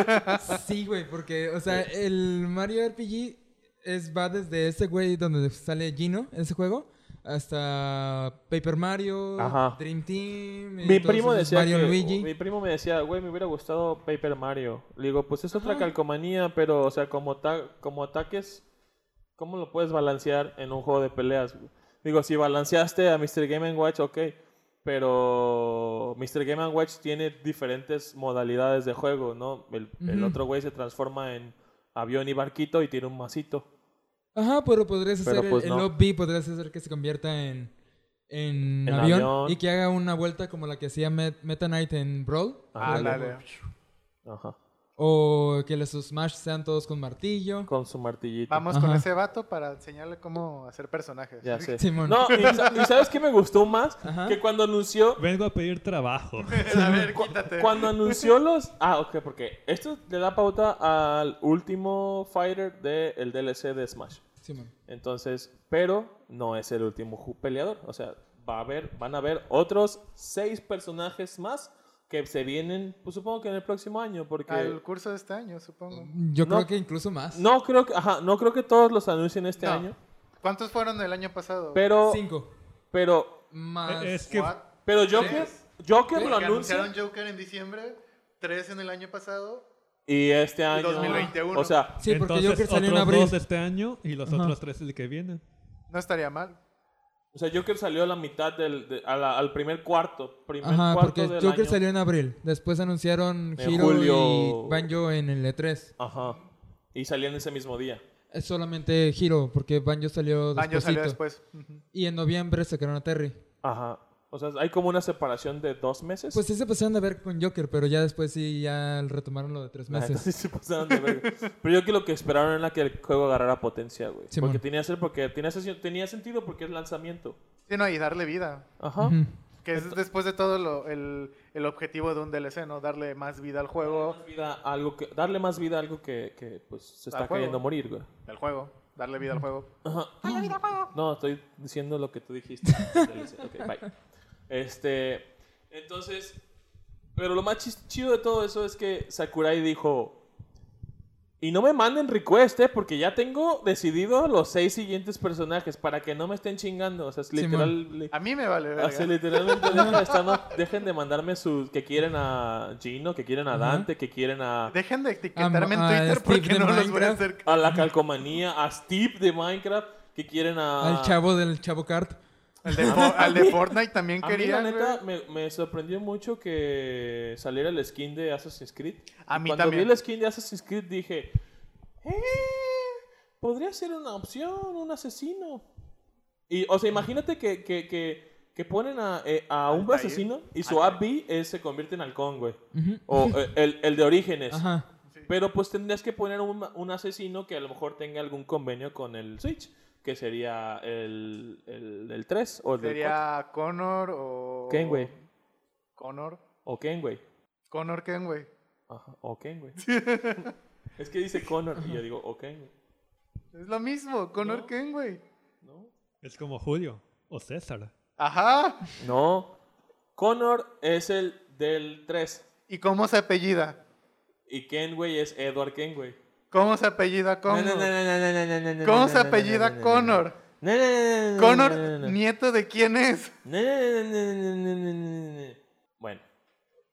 Ah, Sí, güey, porque, o sea, el Mario RPG es, va desde ese güey donde sale Gino, ese juego, hasta Paper Mario, Ajá. Dream Team. y Mi todos primo esos, decía Mario que- Luigi. mi primo me decía, güey, me hubiera gustado Paper Mario. Le digo, pues es Ah. otra calcomanía, pero, o sea, como, ta- como ataques, ¿cómo lo puedes balancear en un juego de peleas? güey? Digo, si balanceaste a Mr. Game Watch, ok, pero Mr. Game Watch tiene diferentes modalidades de juego, ¿no? El, el Ujú. otro güey se transforma en avión y barquito y tiene un masito. Ajá, pero podrías Pero hacer el- pues el, no. lobby, podrías hacer que se convierta en, en En avión, avión. y que haga una vuelta como la que hacía Met- Meta Knight en Brawl. Ah, Pero- Ándale. Ajá. O que los Smash sean todos con martillo. Con su martillito. Vamos con Ajá. ese vato para enseñarle cómo hacer personajes. Ya sé. Simón. No, y, sa- y ¿sabes qué me gustó más? Ajá. Que cuando anunció Vengo a pedir trabajo. E, A ver, quítate. Cuando anunció los. Ah, ok, porque esto le da pauta al último fighter del DLC de Smash. Simón. Entonces, pero no es el último ju- peleador. O sea, va a haber, van a haber otros seis personajes más que se vienen, pues supongo que en el próximo año, porque. Al curso de este año, supongo. Yo No. creo que incluso más. No creo que, ajá, no creo que todos los anuncien este No. año. ¿Cuántos fueron el año pasado? Pero, Cinco. pero, Más. es que What? pero Joker, Tres. Joker Porque lo anuncia anunciaron Joker en diciembre, tres en el año pasado. y este año. 2021. O sea, Sí, porque yo Entonces, creo que salió en otros abril. dos este año y los Ajá. otros tres el que viene. No estaría mal. O sea, Joker salió a la mitad del. de- a la- al primer cuarto. Primer Ajá, cuarto porque del Joker año. salió en abril. Después anunciaron En Hiro julio. y Banjo en el E3. Ajá. Y salió en ese mismo día. Es solamente Hiro, porque Banjo salió Pues después. Año salió después. Ujú. Y en noviembre sacaron a Terry. Ajá. O sea, hay como una separación de dos meses. Pues sí se pasaron de ver con Joker, pero ya después sí ya retomaron lo de tres Ah, meses. entonces se pasaron de verga. Pero yo creo que lo que esperaron era que el juego agarrara potencia, güey. Simón. porque tenía, ser- porque tenía, ses- tenía sentido porque es lanzamiento. Sí, no, y darle vida. Ajá. Ujú. Que es después de todo lo- el, el objetivo de un DLC, ¿no? Darle más vida al juego. Darle más vida a algo que, darle más vida a algo que, que, pues, se está Al juego. cayendo a morir, güey. Al juego. Darle vida al juego. No, estoy diciendo lo que tú dijiste. Ok, bye. Este, entonces, pero lo más chis- chido de todo eso es que Sakurai dijo, y no me manden request, eh, porque ya tengo decidido los seis siguientes personajes para que no me estén chingando. O sea, es literal... li- A mí me vale o sea, verga. literalmente deja de estar- dejen de mandarme sus que quieren a Gino, que quieren a Ajá. Dante, que quieren a, Dejen de etiquetarme en Am- a Twitter Steve porque de no los voy a Minecraft. hacer. a la calcomanía, a Steve de Minecraft, que quieren a Al chavo del Chavo Kart. Al de, Fo- al de Fortnite también A mí, la quería. neta, me, me sorprendió mucho que saliera el skin de Assassin's Creed. A Y mí Cuando también. vi el skin de Assassin's Creed dije, "Eh, podría ser una opción, un asesino. Y, o sea, imagínate que, que, que, que ponen a, eh, a un Altair. asesino y su ABI es- se convierte en halcón, güey. Ujú. O eh, el, el de orígenes. Ajá. Pero pues tendrías que poner un, un asesino que a lo mejor tenga algún convenio con el Switch, que sería el, el, el 3 o el del Sería Connor o. 4. Ken, güey. Connor. O Ken, güey. Connor Ken, güey. Ajá, o Ken, güey. es que dice Connor y yo digo, o Ken, güey. Es lo mismo, Connor ¿No? Ken, güey. No. Es como Julio o César. Ajá. No. Connor es el del 3. ¿Y cómo se apellida? Y Ken, güey, es Edward Ken, güey. ¿Cómo se apellida No, Connor? no, no, no, no, no, no, no, no, ¿Cómo no, se no, no, apellida no, no, no, Connor? No, no, no, no, no, Connor, no, no, no, no. nieto de quién es. No, no, no, no, no, no, no, no, no, no. Bueno.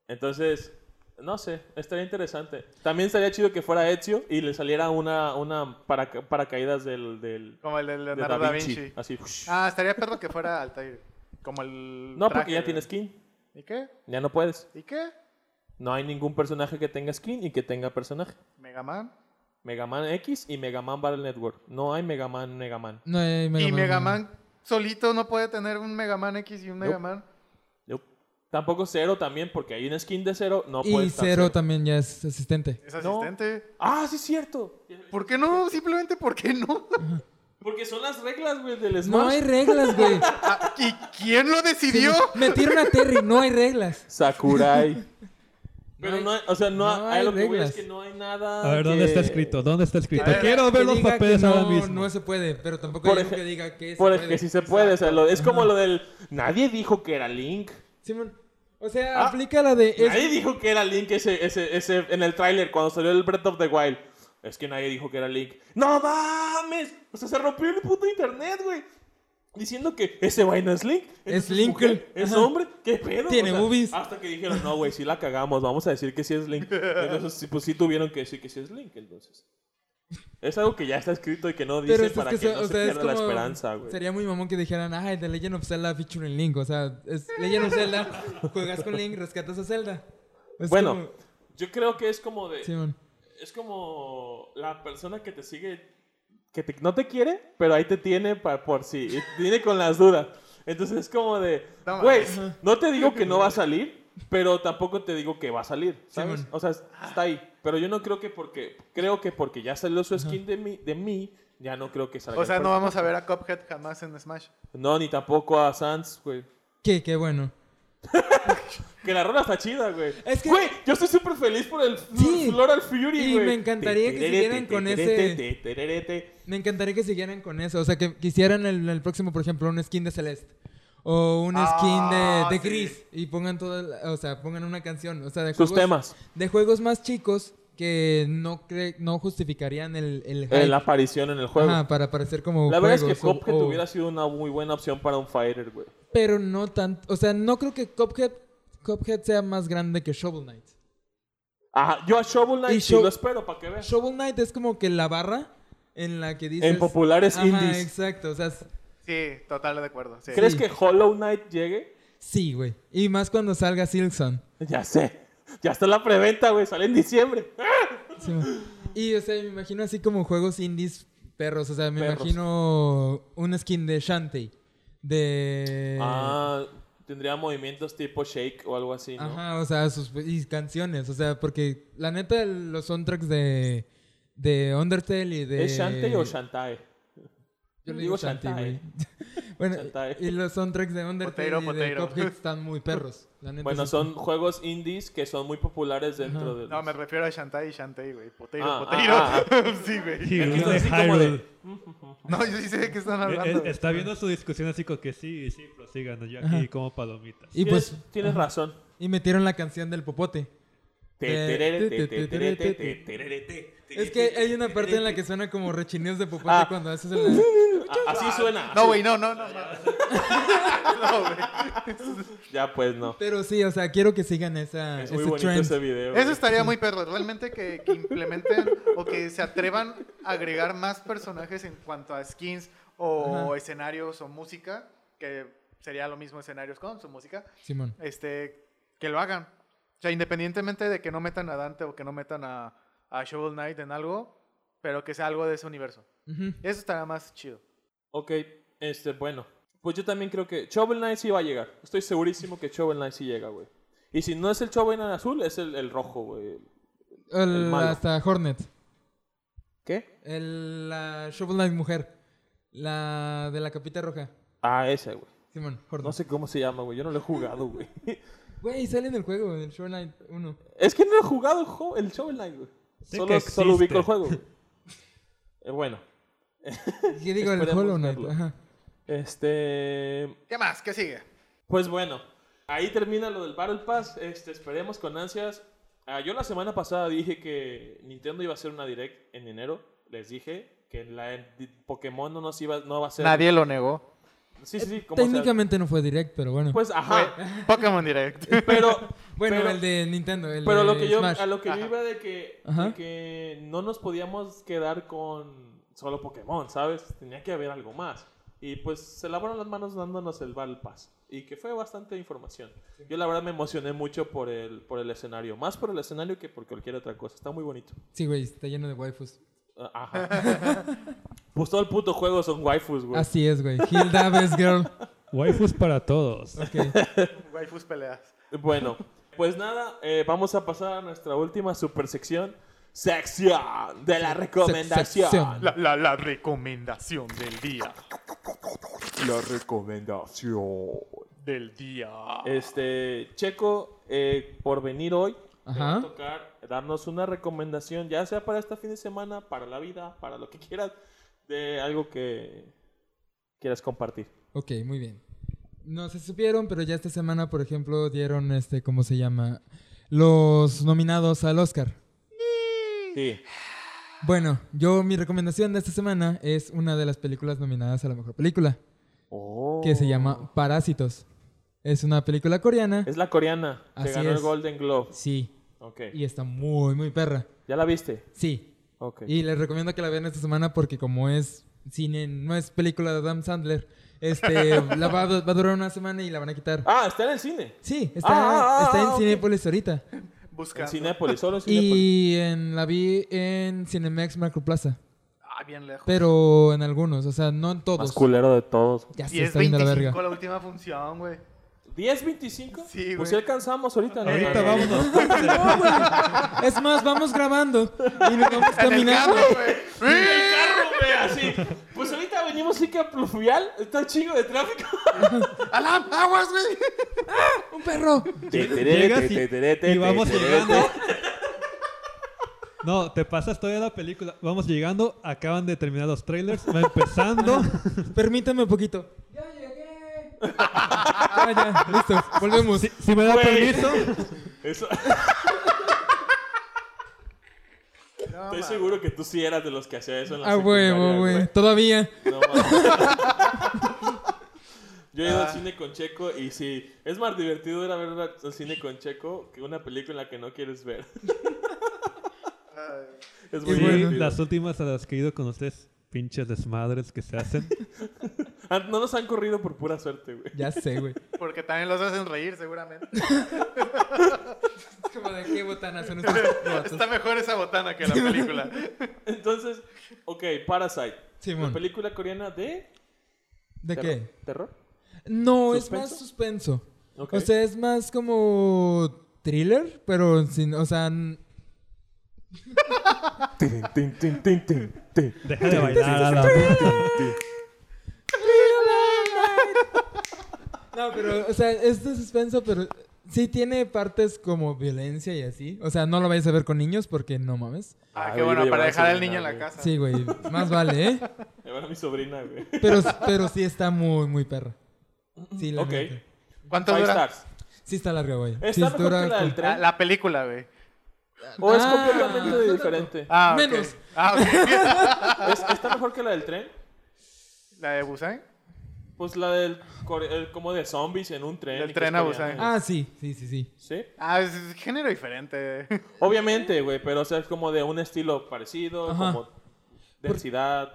Entonces, no sé, estaría interesante. También estaría chido que fuera Ezio y le saliera una, una paraca- paracaídas del, del Como el de de Leonardo da Vinci. Así. Ah, estaría perro que fuera Altair. Como el. No, porque traje, ya güey. tiene skin. ¿Y qué? Ya no puedes. ¿Y qué? No hay ningún personaje que tenga skin y que tenga personaje. Mega Man. Mega Man X y Mega Man Battle Network. No hay Mega Man, Mega Man. No, eh, y Mega no. Man solito no puede tener un Mega Man X y un Mega Nope. Man. Yup. Tampoco Zero también, porque hay una skin de Zero. No puede y estar Cero también ya es asistente. Es No. asistente. Ah, sí, es cierto. ¿Por qué no? Simplemente ¿por qué no? Porque son las reglas, güey, del Smash. No hay reglas, güey. Ah, ¿Y quién lo Sí, decidió? Metieron a Terry, no hay reglas. Sakurai. Pero no hay, o sea, no, No hay, hay lo que voy reglas. es que no hay nada. A ver, ¿dónde que- está escrito? ¿Dónde está escrito? A ver, Quiero Que ver los diga que papeles ahora no, mismo. No se puede, pero tampoco Por hay uno ej- que diga que se Por puede. que sí se puede, o sea, lo- es como lo del. Nadie dijo que era Link. Simón, o sea, Ah. aplica la de... es- Nadie dijo que era Link ese, ese, ese, en el tráiler cuando salió el Breath of the Wild. Es que nadie dijo que era Link. ¡No mames! O sea, se rompió el puto internet, güey. Diciendo que ese vaina es Link. Es Link. Linkle. Es Ajá. hombre. ¿Qué pedo? Tiene boobies. Hasta que dijeron, no, güey, sí la cagamos. Vamos a decir que sí es Link. Entonces, sí, pues sí tuvieron que decir que sí es Link, entonces. Es algo que ya está escrito y que no dice Pero esto es para que, que, sea- no o se sea, es pierda como... la esperanza, güey. Sería muy mamón que dijeran, ah, The Legend of Zelda featuring Link. O sea, es Legend of Zelda, juegas con Link, rescatas a Zelda. Es Bueno, como- yo creo que es como de. Simón. Es como la persona que te sigue, que te- no te quiere, pero ahí te tiene pa- por si, y te tiene con las dudas. Entonces es como de, No güey, mames. no te digo que no va a salir, pero tampoco te digo que va a salir, ¿sabes? Simón. o sea, es- está ahí. Pero yo no creo que porque, creo que porque ya salió su skin de mí, de mí ya no creo que salga. O sea, por- no vamos a ver a Cuphead jamás en Smash. No, ni tampoco a Sans, güey. Qué, qué bueno. Que la rola está chida, güey. Es que- Güey, yo estoy súper feliz por el Sí. Floral Fury, Y güey. me encantaría que siguieran con ese- ese... Me encantaría que siguieran con eso. O sea, que quisieran el, el próximo, por ejemplo, un skin de Celeste. O un Ah, skin de, de sí. Gris. Y pongan toda la- o sea, pongan una canción. O sea, de Sus juegos- temas. De juegos más chicos que no cre no justificarían el, el hype. Eh, la aparición en el juego. Ajá, para parecer como la verdad es que juegos o- Cuphead o- hubiera sido una muy buena opción para un fighter, güey. Pero no tanto... O sea, no creo que Cuphead, Cuphead sea más grande que Shovel Knight. Ajá, yo a Shovel Knight Y sí Sho- lo espero para que veas. Shovel Knight es como que la barra en la que dices... En populares Ajá, indies. exacto. O sea, es- Sí, total de acuerdo. sí. ¿Crees Sí. que Hollow Knight llegue? sí, güey. Y más cuando salga Silkson. Ya sé. Ya está la preventa, güey. Sale en diciembre. Sí, ma. y, o sea, me imagino así como juegos indies perros. O sea, me Perros. imagino un skin de Shantae. De. Ah, tendría movimientos tipo Shake o algo así, ¿no? Ajá, o sea, sus y canciones. O sea, porque la neta, el- los soundtracks de. De Undertale y de. ¿Es Shantae o Shantae? Yo le Digo digo Mm, Shantae, Shantae. güey. bueno, Shantae. y los soundtracks de Undertale Potato, y de potato. Cuphead están muy perros. La neta, Bueno, sí. son juegos indies que son muy populares dentro Ajá. de. No, los- me refiero a Shantai y Shantai, güey. Poteiro, Ah, poteiro. ah, sí, güey. Sí, Me güey, quedo de así como de- Hyrule. No, yo sí sé de qué están hablando. Eh, eh, güey. Está viendo su discusión así con que sí, sí, prosigan. Yo Ajá. aquí como palomitas. Y Tienes- pues. tienes ajá. razón. Y metieron la canción del popote. Es Es que hay una parte en la que suena como rechineos de popote Ah. cuando haces el. Así suena. Ah, No, güey, no, no, no. no. No, güey. Ya pues no. Pero sí, o sea, quiero que sigan esa, Es muy Ah, ese bonito trend. ese video. Eso estaría muy perro. Realmente que, que implementen o que se atrevan a agregar más personajes en cuanto a skins o Ajá. escenarios o música, que sería lo mismo escenarios con su música, Simón. este, que lo hagan. O sea, independientemente de que no metan a Dante o que no metan a, a Shovel Knight en algo, pero que sea algo de ese universo. Ujú. Eso estaría más chido. Ok, este, bueno. Pues yo también creo que Shovel Knight sí va a llegar. Estoy segurísimo que Shovel Knight sí llega, güey. Y si no es el Shovel Knight azul, es el, el rojo, güey. El- El malo. hasta Hornet. ¿Qué? El, la Shovel Knight mujer. La de la capita roja. Ah, ese, güey. Simón, Hornet. No sé cómo se llama, güey. Yo no lo he jugado, güey. Güey, sale en el juego, en el Shovel Knight 1. Es que no he jugado el jo- el Shovel Knight, güey. Sé Solo, que solo ubico existe. el juego, güey. Eh, bueno, ¿Qué digo? El Esperemos Hollow Knight. verlo. Ajá. este. ¿Qué más? ¿Qué sigue? Pues bueno, ahí termina lo del Battle Pass. Este, esperemos con ansias. Ah, yo la semana pasada dije que Nintendo iba a hacer una direct en enero. Les dije que la di- Pokémon no nos iba, no va a ser. Nadie lo negó. Sí, sí, sí. como sea. Técnicamente no fue direct, pero bueno. pues ajá. Pokémon Direct. Pero. bueno, pero, el de Nintendo. El pero de lo que yo, Smash. a lo que yo Ajá. iba de que, de Ajá. que no nos podíamos quedar con solo Pokémon, ¿sabes? Tenía que haber algo más. Y pues se lavaron las manos dándonos el Battle Pass. Y que fue bastante información. Yo la verdad me emocioné mucho por el, por el escenario. Más por el escenario que por cualquier otra cosa. Está muy bonito. Sí, güey, está lleno de waifus. Ah, Ajá. pues todo el puto juego son waifus, güey. Así es, güey. Hilda Best Girl. Waifus para todos. Ok. Waifus peleas. Bueno, pues nada, eh, vamos a pasar a nuestra última super sección. Sección de la recomendación. sección. La, la, la recomendación del día. La recomendación. Del día. Este, Checo, eh, por venir hoy, te va a Ajá. tocar darnos una recomendación, ya sea para este fin de semana, para la vida, para lo que quieras, de algo que quieras compartir. Ok, muy bien. No se supieron, pero ya esta semana, por ejemplo, dieron este, ¿cómo se llama? Los nominados al Oscar. Sí. Bueno, yo mi recomendación de esta semana es una de las películas nominadas a la mejor película, que se llama Parásitos. Es una película coreana. Oh. Es la coreana, que Así ganó es. el Golden Globe. Sí, Ok. y está muy, muy perra. ¿Ya la viste? Sí, Ok. y les recomiendo que la vean esta semana porque como es cine, no es película de Adam Sandler, este, la va, a du- va a durar una semana y la van a quitar. Ah, está en el cine. Sí, está, Ah, ah, está en ah, ok. Cinepolis ahorita. En Buscando. Cinépolis, solo en Cinépolis. Y en, la vi en Cinemex Macroplaza. Ah, bien lejos. Pero en algunos, o sea, no en todos. Más culero de todos. Ya se 10, está viendo la verga. 25 la última función, güey. ¿10.25? Sí, güey. Pues si alcanzamos ahorita. ¿no? Ahorita Pero- vámonos. pues, eh, Es más, vamos grabando y nos vamos caminando. En el carro, güey, así. Pues ahorita venimos sí que a pluvial. Está chingo de tráfico. ¡Alam! ¡Aguas, güey! Un perro. Llegas y, y vamos llegando. No, te pasas toda la película. Vamos llegando, acaban de terminar los trailers, va empezando. Permítame un poquito. Ya llegué. Ah, ya, listo. Volvemos. Si, si me da Güey. permiso, Eso- No, Estoy ma. seguro que tú sí eras de los que hacía eso en la A huevo, secundaria, Ah, güey. Todavía. No mames. Yo he ido al cine con Checo y sí, es más divertido ir a ver una- al cine con Checo que una película en la que no quieres ver. es muy Y sí, bueno. divertido. las últimas a las que he ido con ustedes, pinches desmadres que se hacen. Ah, No nos han corrido por pura suerte, güey. Ya sé, güey. Porque también los hacen reír, seguramente. Es como de qué botanas son estos vatos. Está mejor esa botana que la película. Entonces, ok, Parasite. Simón. La película coreana de... ¿De terror- qué? ¿Terror? No, es ¿Suspenso? más suspenso. Ok. O sea, es más como thriller, pero sin, o sea, n- Deja de bailar a la puta. no, pero, o sea, es de suspenso, pero sí tiene partes como violencia y así. O sea, no lo vayas a ver con niños porque no mames. Ah, Ah, qué güey, iba a bueno, llevar para a dejar al Selena, niño en la güey. casa. Sí, güey, más vale, ¿eh? Llevar a mi sobrina, güey. Pero, pero sí está muy, muy perra. Sí, la Ok. neta. ¿Cuánto Five dura? Stars. Sí está larga, güey. ¿Está Sí mejor dura que la como- del La, tren? la película, güey. ¿O es Ah. completamente diferente? Ah, ok. Menos. Ah, ok. ¿Es- ¿Está mejor que la del tren? ¿La de Busan? Pues la del... core- el- como de zombies en un tren. Del y que tren es a coreana. Busan. Ah, sí, sí, sí, sí. ¿Sí? Ah, es- es género diferente. Obviamente, güey, pero o sea, es como de un estilo parecido, Ajá. como densidad.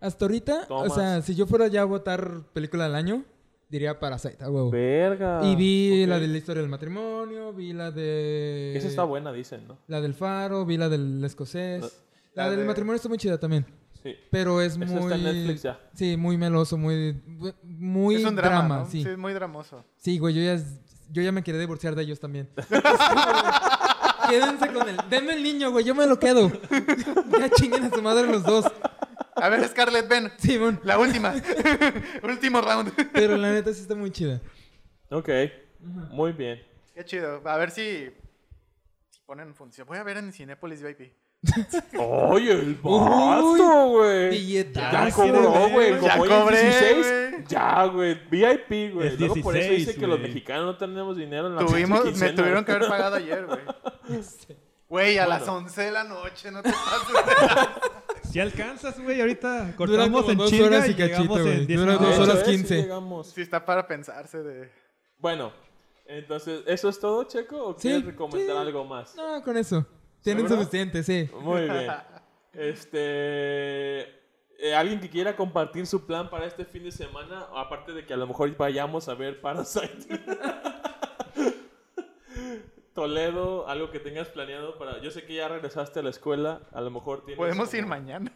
Hasta ahorita, o Tomas. sea, si yo fuera ya a votar película del año, diría Parasite, a huevo. Verga. Y vi Ok. la de la historia del matrimonio, vi la de... Esa está buena, dicen, ¿no? La del faro, vi la del escocés. La, La del de- matrimonio está muy chida también. Sí. Pero es Esa muy... está en Netflix ya. Sí, muy meloso, muy... Muy es un drama, drama, ¿no? sí. es muy dramoso. Sí, güey, yo ya, yo ya me quería divorciar de ellos también. Quédense con él. Denme el niño, güey, yo me lo quedo. ya chinguen a su madre los dos. A ver, Scarlett, ven. Simón. La última. Último round. Pero la neta sí está muy chida. Ok. Muy bien. Qué chido. A ver si, si ponen función. Voy a ver en Cinépolis VIP. ¡Oye, el Uy, vato, güey! Ya Billetazo. cobró, güey. Ya Como ya cobré, 16. güey. Ya, güey. VIP, güey. Es Luego por eso 16, dice que los güey. mexicanos no tenemos dinero en la Tuvimos, pinche me quincena, tuvieron que güey. haber pagado ayer, güey. Güey, a las Bueno. 11 de la noche, no te pases. Si alcanzas, güey, ahorita cortamos como en dos chinga horas y, y cachito, llegamos güey. en 10 Dura minutos. Ah, dos Eso horas es, sí 15. llegamos. Sí, está para pensarse de... Bueno, entonces, ¿eso es todo, Checo? ¿O Sí, quieres recomendar sí. algo más? No, con eso. Tienen ¿Seguro? suficiente, sí. Muy bien. Este. eh, Alguien que quiera compartir su plan para este fin de semana, aparte de que a lo mejor vayamos a ver Parasite. Toledo, algo que tengas planeado para. Yo sé que ya regresaste a la escuela, a lo mejor tienes. Podemos como- ir mañana.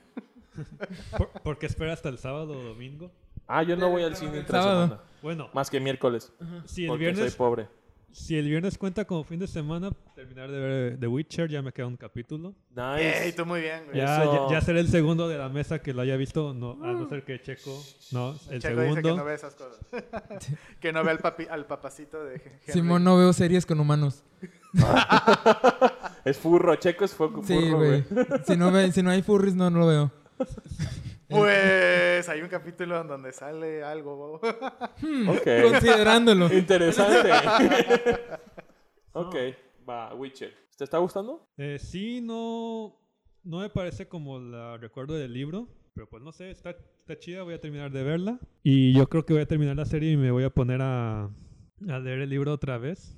Por- porque espera hasta el sábado o domingo. Ah, yo no voy al cine entre Sábado. semana. Bueno, Más que miércoles. si el porque soy viernes pobre. Si el viernes cuenta como fin de semana, terminar de ver eh, The Witcher, ya me queda un capítulo. Nice. Ey, tú muy bien, güey. Ya, Eso. ya, ya seré el segundo de la mesa que lo haya visto, no, a no ser que Checo, no, el Ah. Checo segundo. dice que no ve esas cosas. que no ve al, papi- al papacito de Henry. Simón, no veo series con humanos. Es furro, Checo es fu- Sí, furro, güey. güey. Si, no ve- si no hay furries, no, no lo veo. Pues hay un capítulo en donde sale algo. bobo. Ok. Considerándolo. Interesante. ok, va, Witcher. ¿Te está gustando? Eh, sí, no, no me parece como la recuerdo del libro, pero pues no sé, está, está chida, voy a terminar de verla. Y yo creo que voy a terminar la serie y me voy a poner a, a leer el libro otra vez.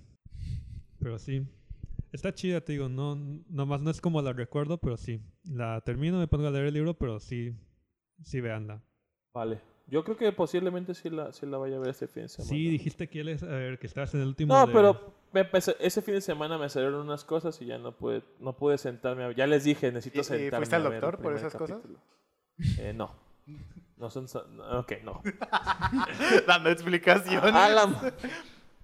Pero sí, está chida, te digo, no, nomás no es como la recuerdo, pero sí. La termino, me pongo a leer el libro, pero sí, sí, veanla. Vale. Yo creo que posiblemente sí la, sí la vaya a ver este fin de semana. Sí, dijiste que, eres- a ver, que estabas en el último. No, de- pero me empecé- ese fin de semana me salieron unas cosas y ya no pude, no pude sentarme. a- Ya les dije, ¿Y- necesito y sentarme. fuiste al a ver el doctor por primer esas cosas? capítulo. Eh, no. No son. sa- no, Ok, no. Dando explicaciones. Alan.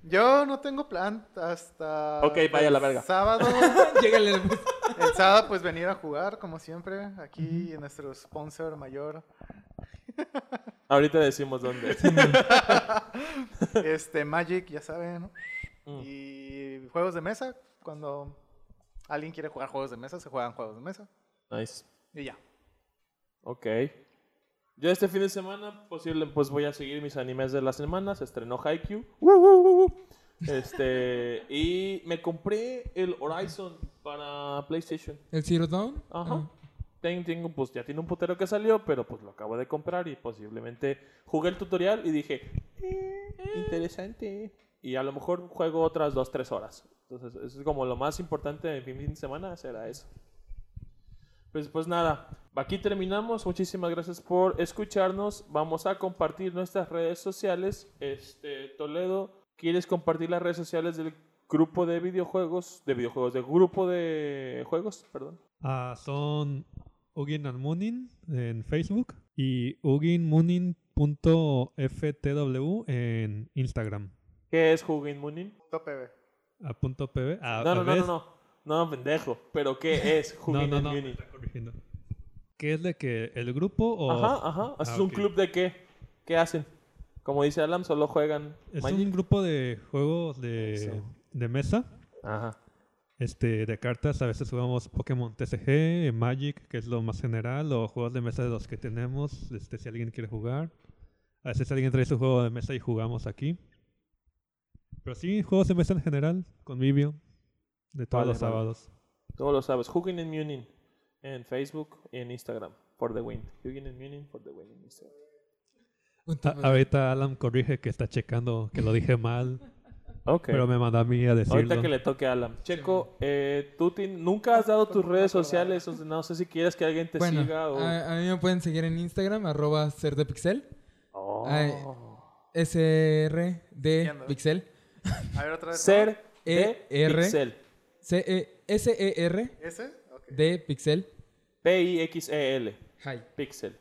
Yo no tengo plan hasta. Ok, vaya el la verga. Sábado. Llégale, pues. El sábado, pues venir a jugar, como siempre. Aquí en nuestro sponsor mayor. Ahorita decimos dónde. Este, Magic, ya saben. ¿no? Mm. Y juegos de mesa. Cuando alguien quiere jugar juegos de mesa, se juegan juegos de mesa. Nice. Y ya. Ok. Yo este fin de semana, posible, pues voy a seguir mis animes de la semana. Se estrenó Haikyuu. Woo, woo, woo, woo. Este. y me compré el Horizon para PlayStation. ¿El Zero Dawn? Ajá. Ah. Ten- tengo, pues ya tiene un putero que salió, pero pues lo acabo de comprar y posiblemente jugué el tutorial y dije, "Eh, interesante. Y a lo mejor juego otras dos, tres horas. Entonces, eso es como lo más importante de mi fin de semana, será eso. Pues, pues nada, aquí terminamos. Muchísimas gracias por escucharnos. Vamos a compartir nuestras redes sociales. Este, Toledo, ¿quieres compartir las redes sociales del grupo de videojuegos? De videojuegos, del grupo de juegos, perdón. Ah, son Ugin and Munin en Facebook y uginmunin.ftw en Instagram. ¿Qué es Hugin Munin? Tope, güey. A punto pb. A, No, a no, no, vez- no, no. No, pendejo. ¿Pero qué es no, Hugin no, and no, me Munin? está corrigiendo. ¿Qué es de que el grupo o Ajá, ajá. ¿Es Ah, un ok. club de qué? ¿Qué hacen? Como dice Alan, solo juegan es Magic. un grupo de juegos de, Eso. de mesa? Ajá. Este, de cartas, a veces jugamos Pokémon TCG, Magic, que es lo más general, o juegos de mesa de los que tenemos, este, si alguien quiere jugar. A veces alguien trae su juego de mesa y jugamos aquí. Pero sí, juegos de mesa en general, convivio, de todos Vale, los vale. sábados. Todo lo sabes. Hugin and Munin en Facebook y en Instagram. For the win. Hugin and Munin for the win en Instagram. Puta A- madre. ahorita Alan corrige que está checando, que lo dije mal, Ok. pero me mandó a mí a decirlo. Ahorita que le toque a Alan. Checo, eh, tú ti- nunca has dado tus redes sociales. o sea, no sé si quieres que alguien te Bueno, siga o... ah, a, a mí me pueden seguir en Instagram, arroba ser de pixel, Oh. ah, ay. SR de Entiendo. pixel, A ver, otra vez. Ser de E, R. Pixel. C -E S-E-R ¿Ese? Ok. de pixel, P-I-X-E-L. hi. E Pixel.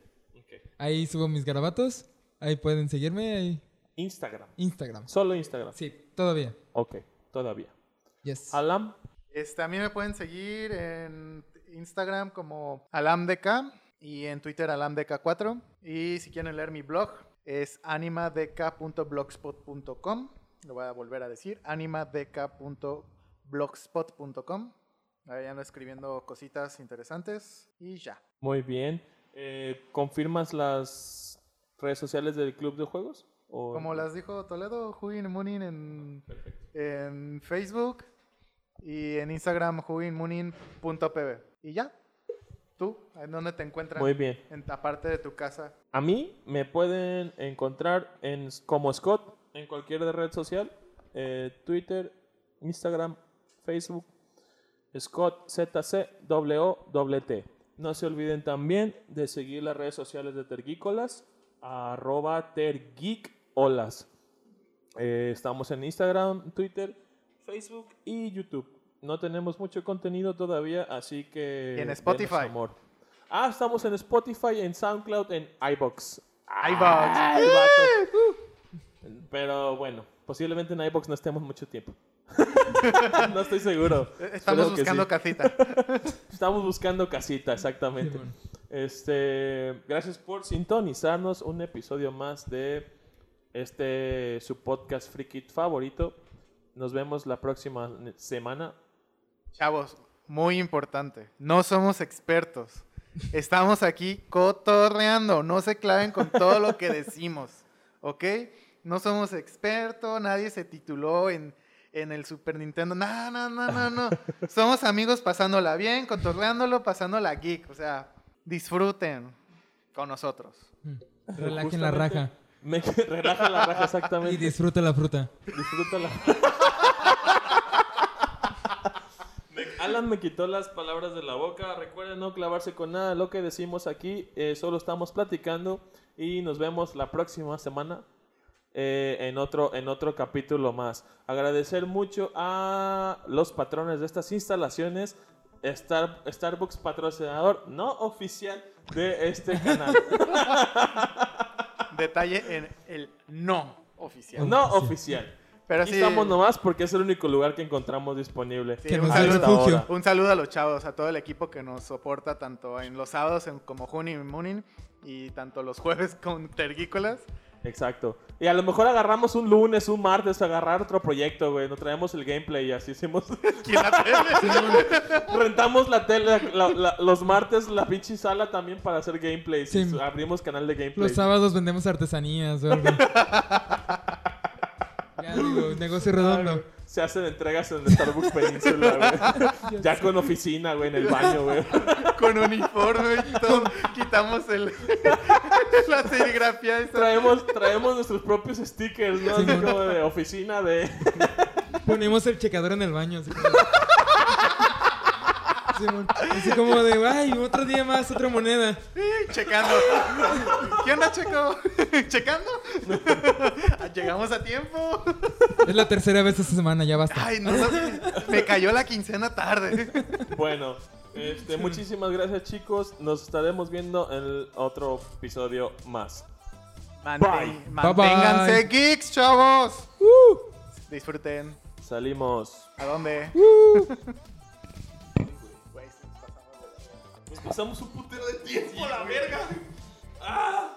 Ahí subo mis garabatos, ahí pueden seguirme, ahí Instagram. Instagram. Solo Instagram. Sí, todavía. Ok, todavía. Yes. Alam. Este, a mí me pueden seguir en Instagram como alamdk y en Twitter alamdk4. Y si quieren leer mi blog es animadk.blogspot.com. Lo voy a volver a decir, animadk.blogspot.com. Ahí ando escribiendo cositas interesantes y ya. Muy bien. Eh, ¿Confirmas las redes sociales del club de juegos? ¿O- Como las dijo Toledo, Hugin Munin en, en Facebook y en Instagram huginmunin.pb. Y ya. ¿Tú? ¿En dónde te encuentran? Muy bien. en la parte de tu casa. A mí me pueden encontrar en, como Scott en cualquier red social, eh, Twitter, Instagram, Facebook, Scott ZCWWT. No se olviden también de seguir las redes sociales de Tergícolas, arroba Tergeekolas. Eh, estamos en Instagram, Twitter, Facebook y YouTube. No tenemos mucho contenido todavía, así que... Y en denos Spotify. amor. Ah, estamos en Spotify, en SoundCloud, en iBox. iVox. Ay, vato. Pero bueno, posiblemente en iBox no estemos mucho tiempo. no estoy seguro. Eh, Estamos Creo que buscando sí. casita. Estamos buscando casita, exactamente. Simón. Este, gracias por sintonizarnos un episodio más de este su podcast friki favorito. Nos vemos la próxima semana. Chavos, muy importante. No somos expertos. Estamos aquí cotorreando. No se claven con todo lo que decimos. ¿Ok? No somos expertos. Nadie se tituló en, en el Super Nintendo. No, no, no, no, no. Somos amigos pasándola bien, cotorreándolo, pasándola geek. O sea, disfruten con nosotros. Mm. Relajen la Justamente- raja Me relaja la raja y exactamente. disfruta la fruta. Disfrútala. Me- Alan me quitó las palabras de la boca. Recuerden no clavarse con nada. de Lo que decimos aquí, eh, solo estamos platicando. Y nos vemos la próxima semana eh, en, otro, en otro capítulo más. Agradecer mucho a los patrones de estas instalaciones. Star- Starbucks patrocinador no oficial de este canal. Detalle en el no oficial. no oficial. Pero Aquí sí, estamos nomás porque es el único lugar que encontramos disponible. sí, Que un nos da saludo- refugio. ahora. Un saludo a los chavos, a todo el equipo que nos soporta tanto en los sábados en- como Juni y Munin y tanto los jueves con Tergícolas. Exacto. Y a lo mejor agarramos un lunes, un martes, agarrar otro proyecto, güey. Nos traemos el gameplay y así hicimos. ¿Quién la tiene? Rentamos la tele, la- la- los martes la pinche sala también para hacer gameplay. Sí. Abrimos canal de gameplay. Los sábados vendemos artesanías o algo. Ya digo, negocio redondo. Se hacen entregas en Starbucks Península, güey. ya con oficina, güey, en el baño, güey. con uniforme y todo. Quitamos el, la serigrafía esa. Traemos, traemos nuestros propios stickers, ¿no? Así Simón. como de oficina de... Ponemos el checador en el baño. Así como, Simón, así como de, ay, otro día más, otra moneda. Checando. ¿Qué onda, Checo? ¿Checando? Llegamos a tiempo. Es la tercera vez esta semana, ya basta. Ay, no, no, me cayó la quincena tarde. Bueno, este, muchísimas gracias, chicos. Nos estaremos viendo en el otro episodio más. Mantén- Bye. Manténganse Bye, bye. geeks, chavos. Disfruten. Salimos. ¿A dónde? Nos pasamos un putero de tiempo, la verga. ¡Ah!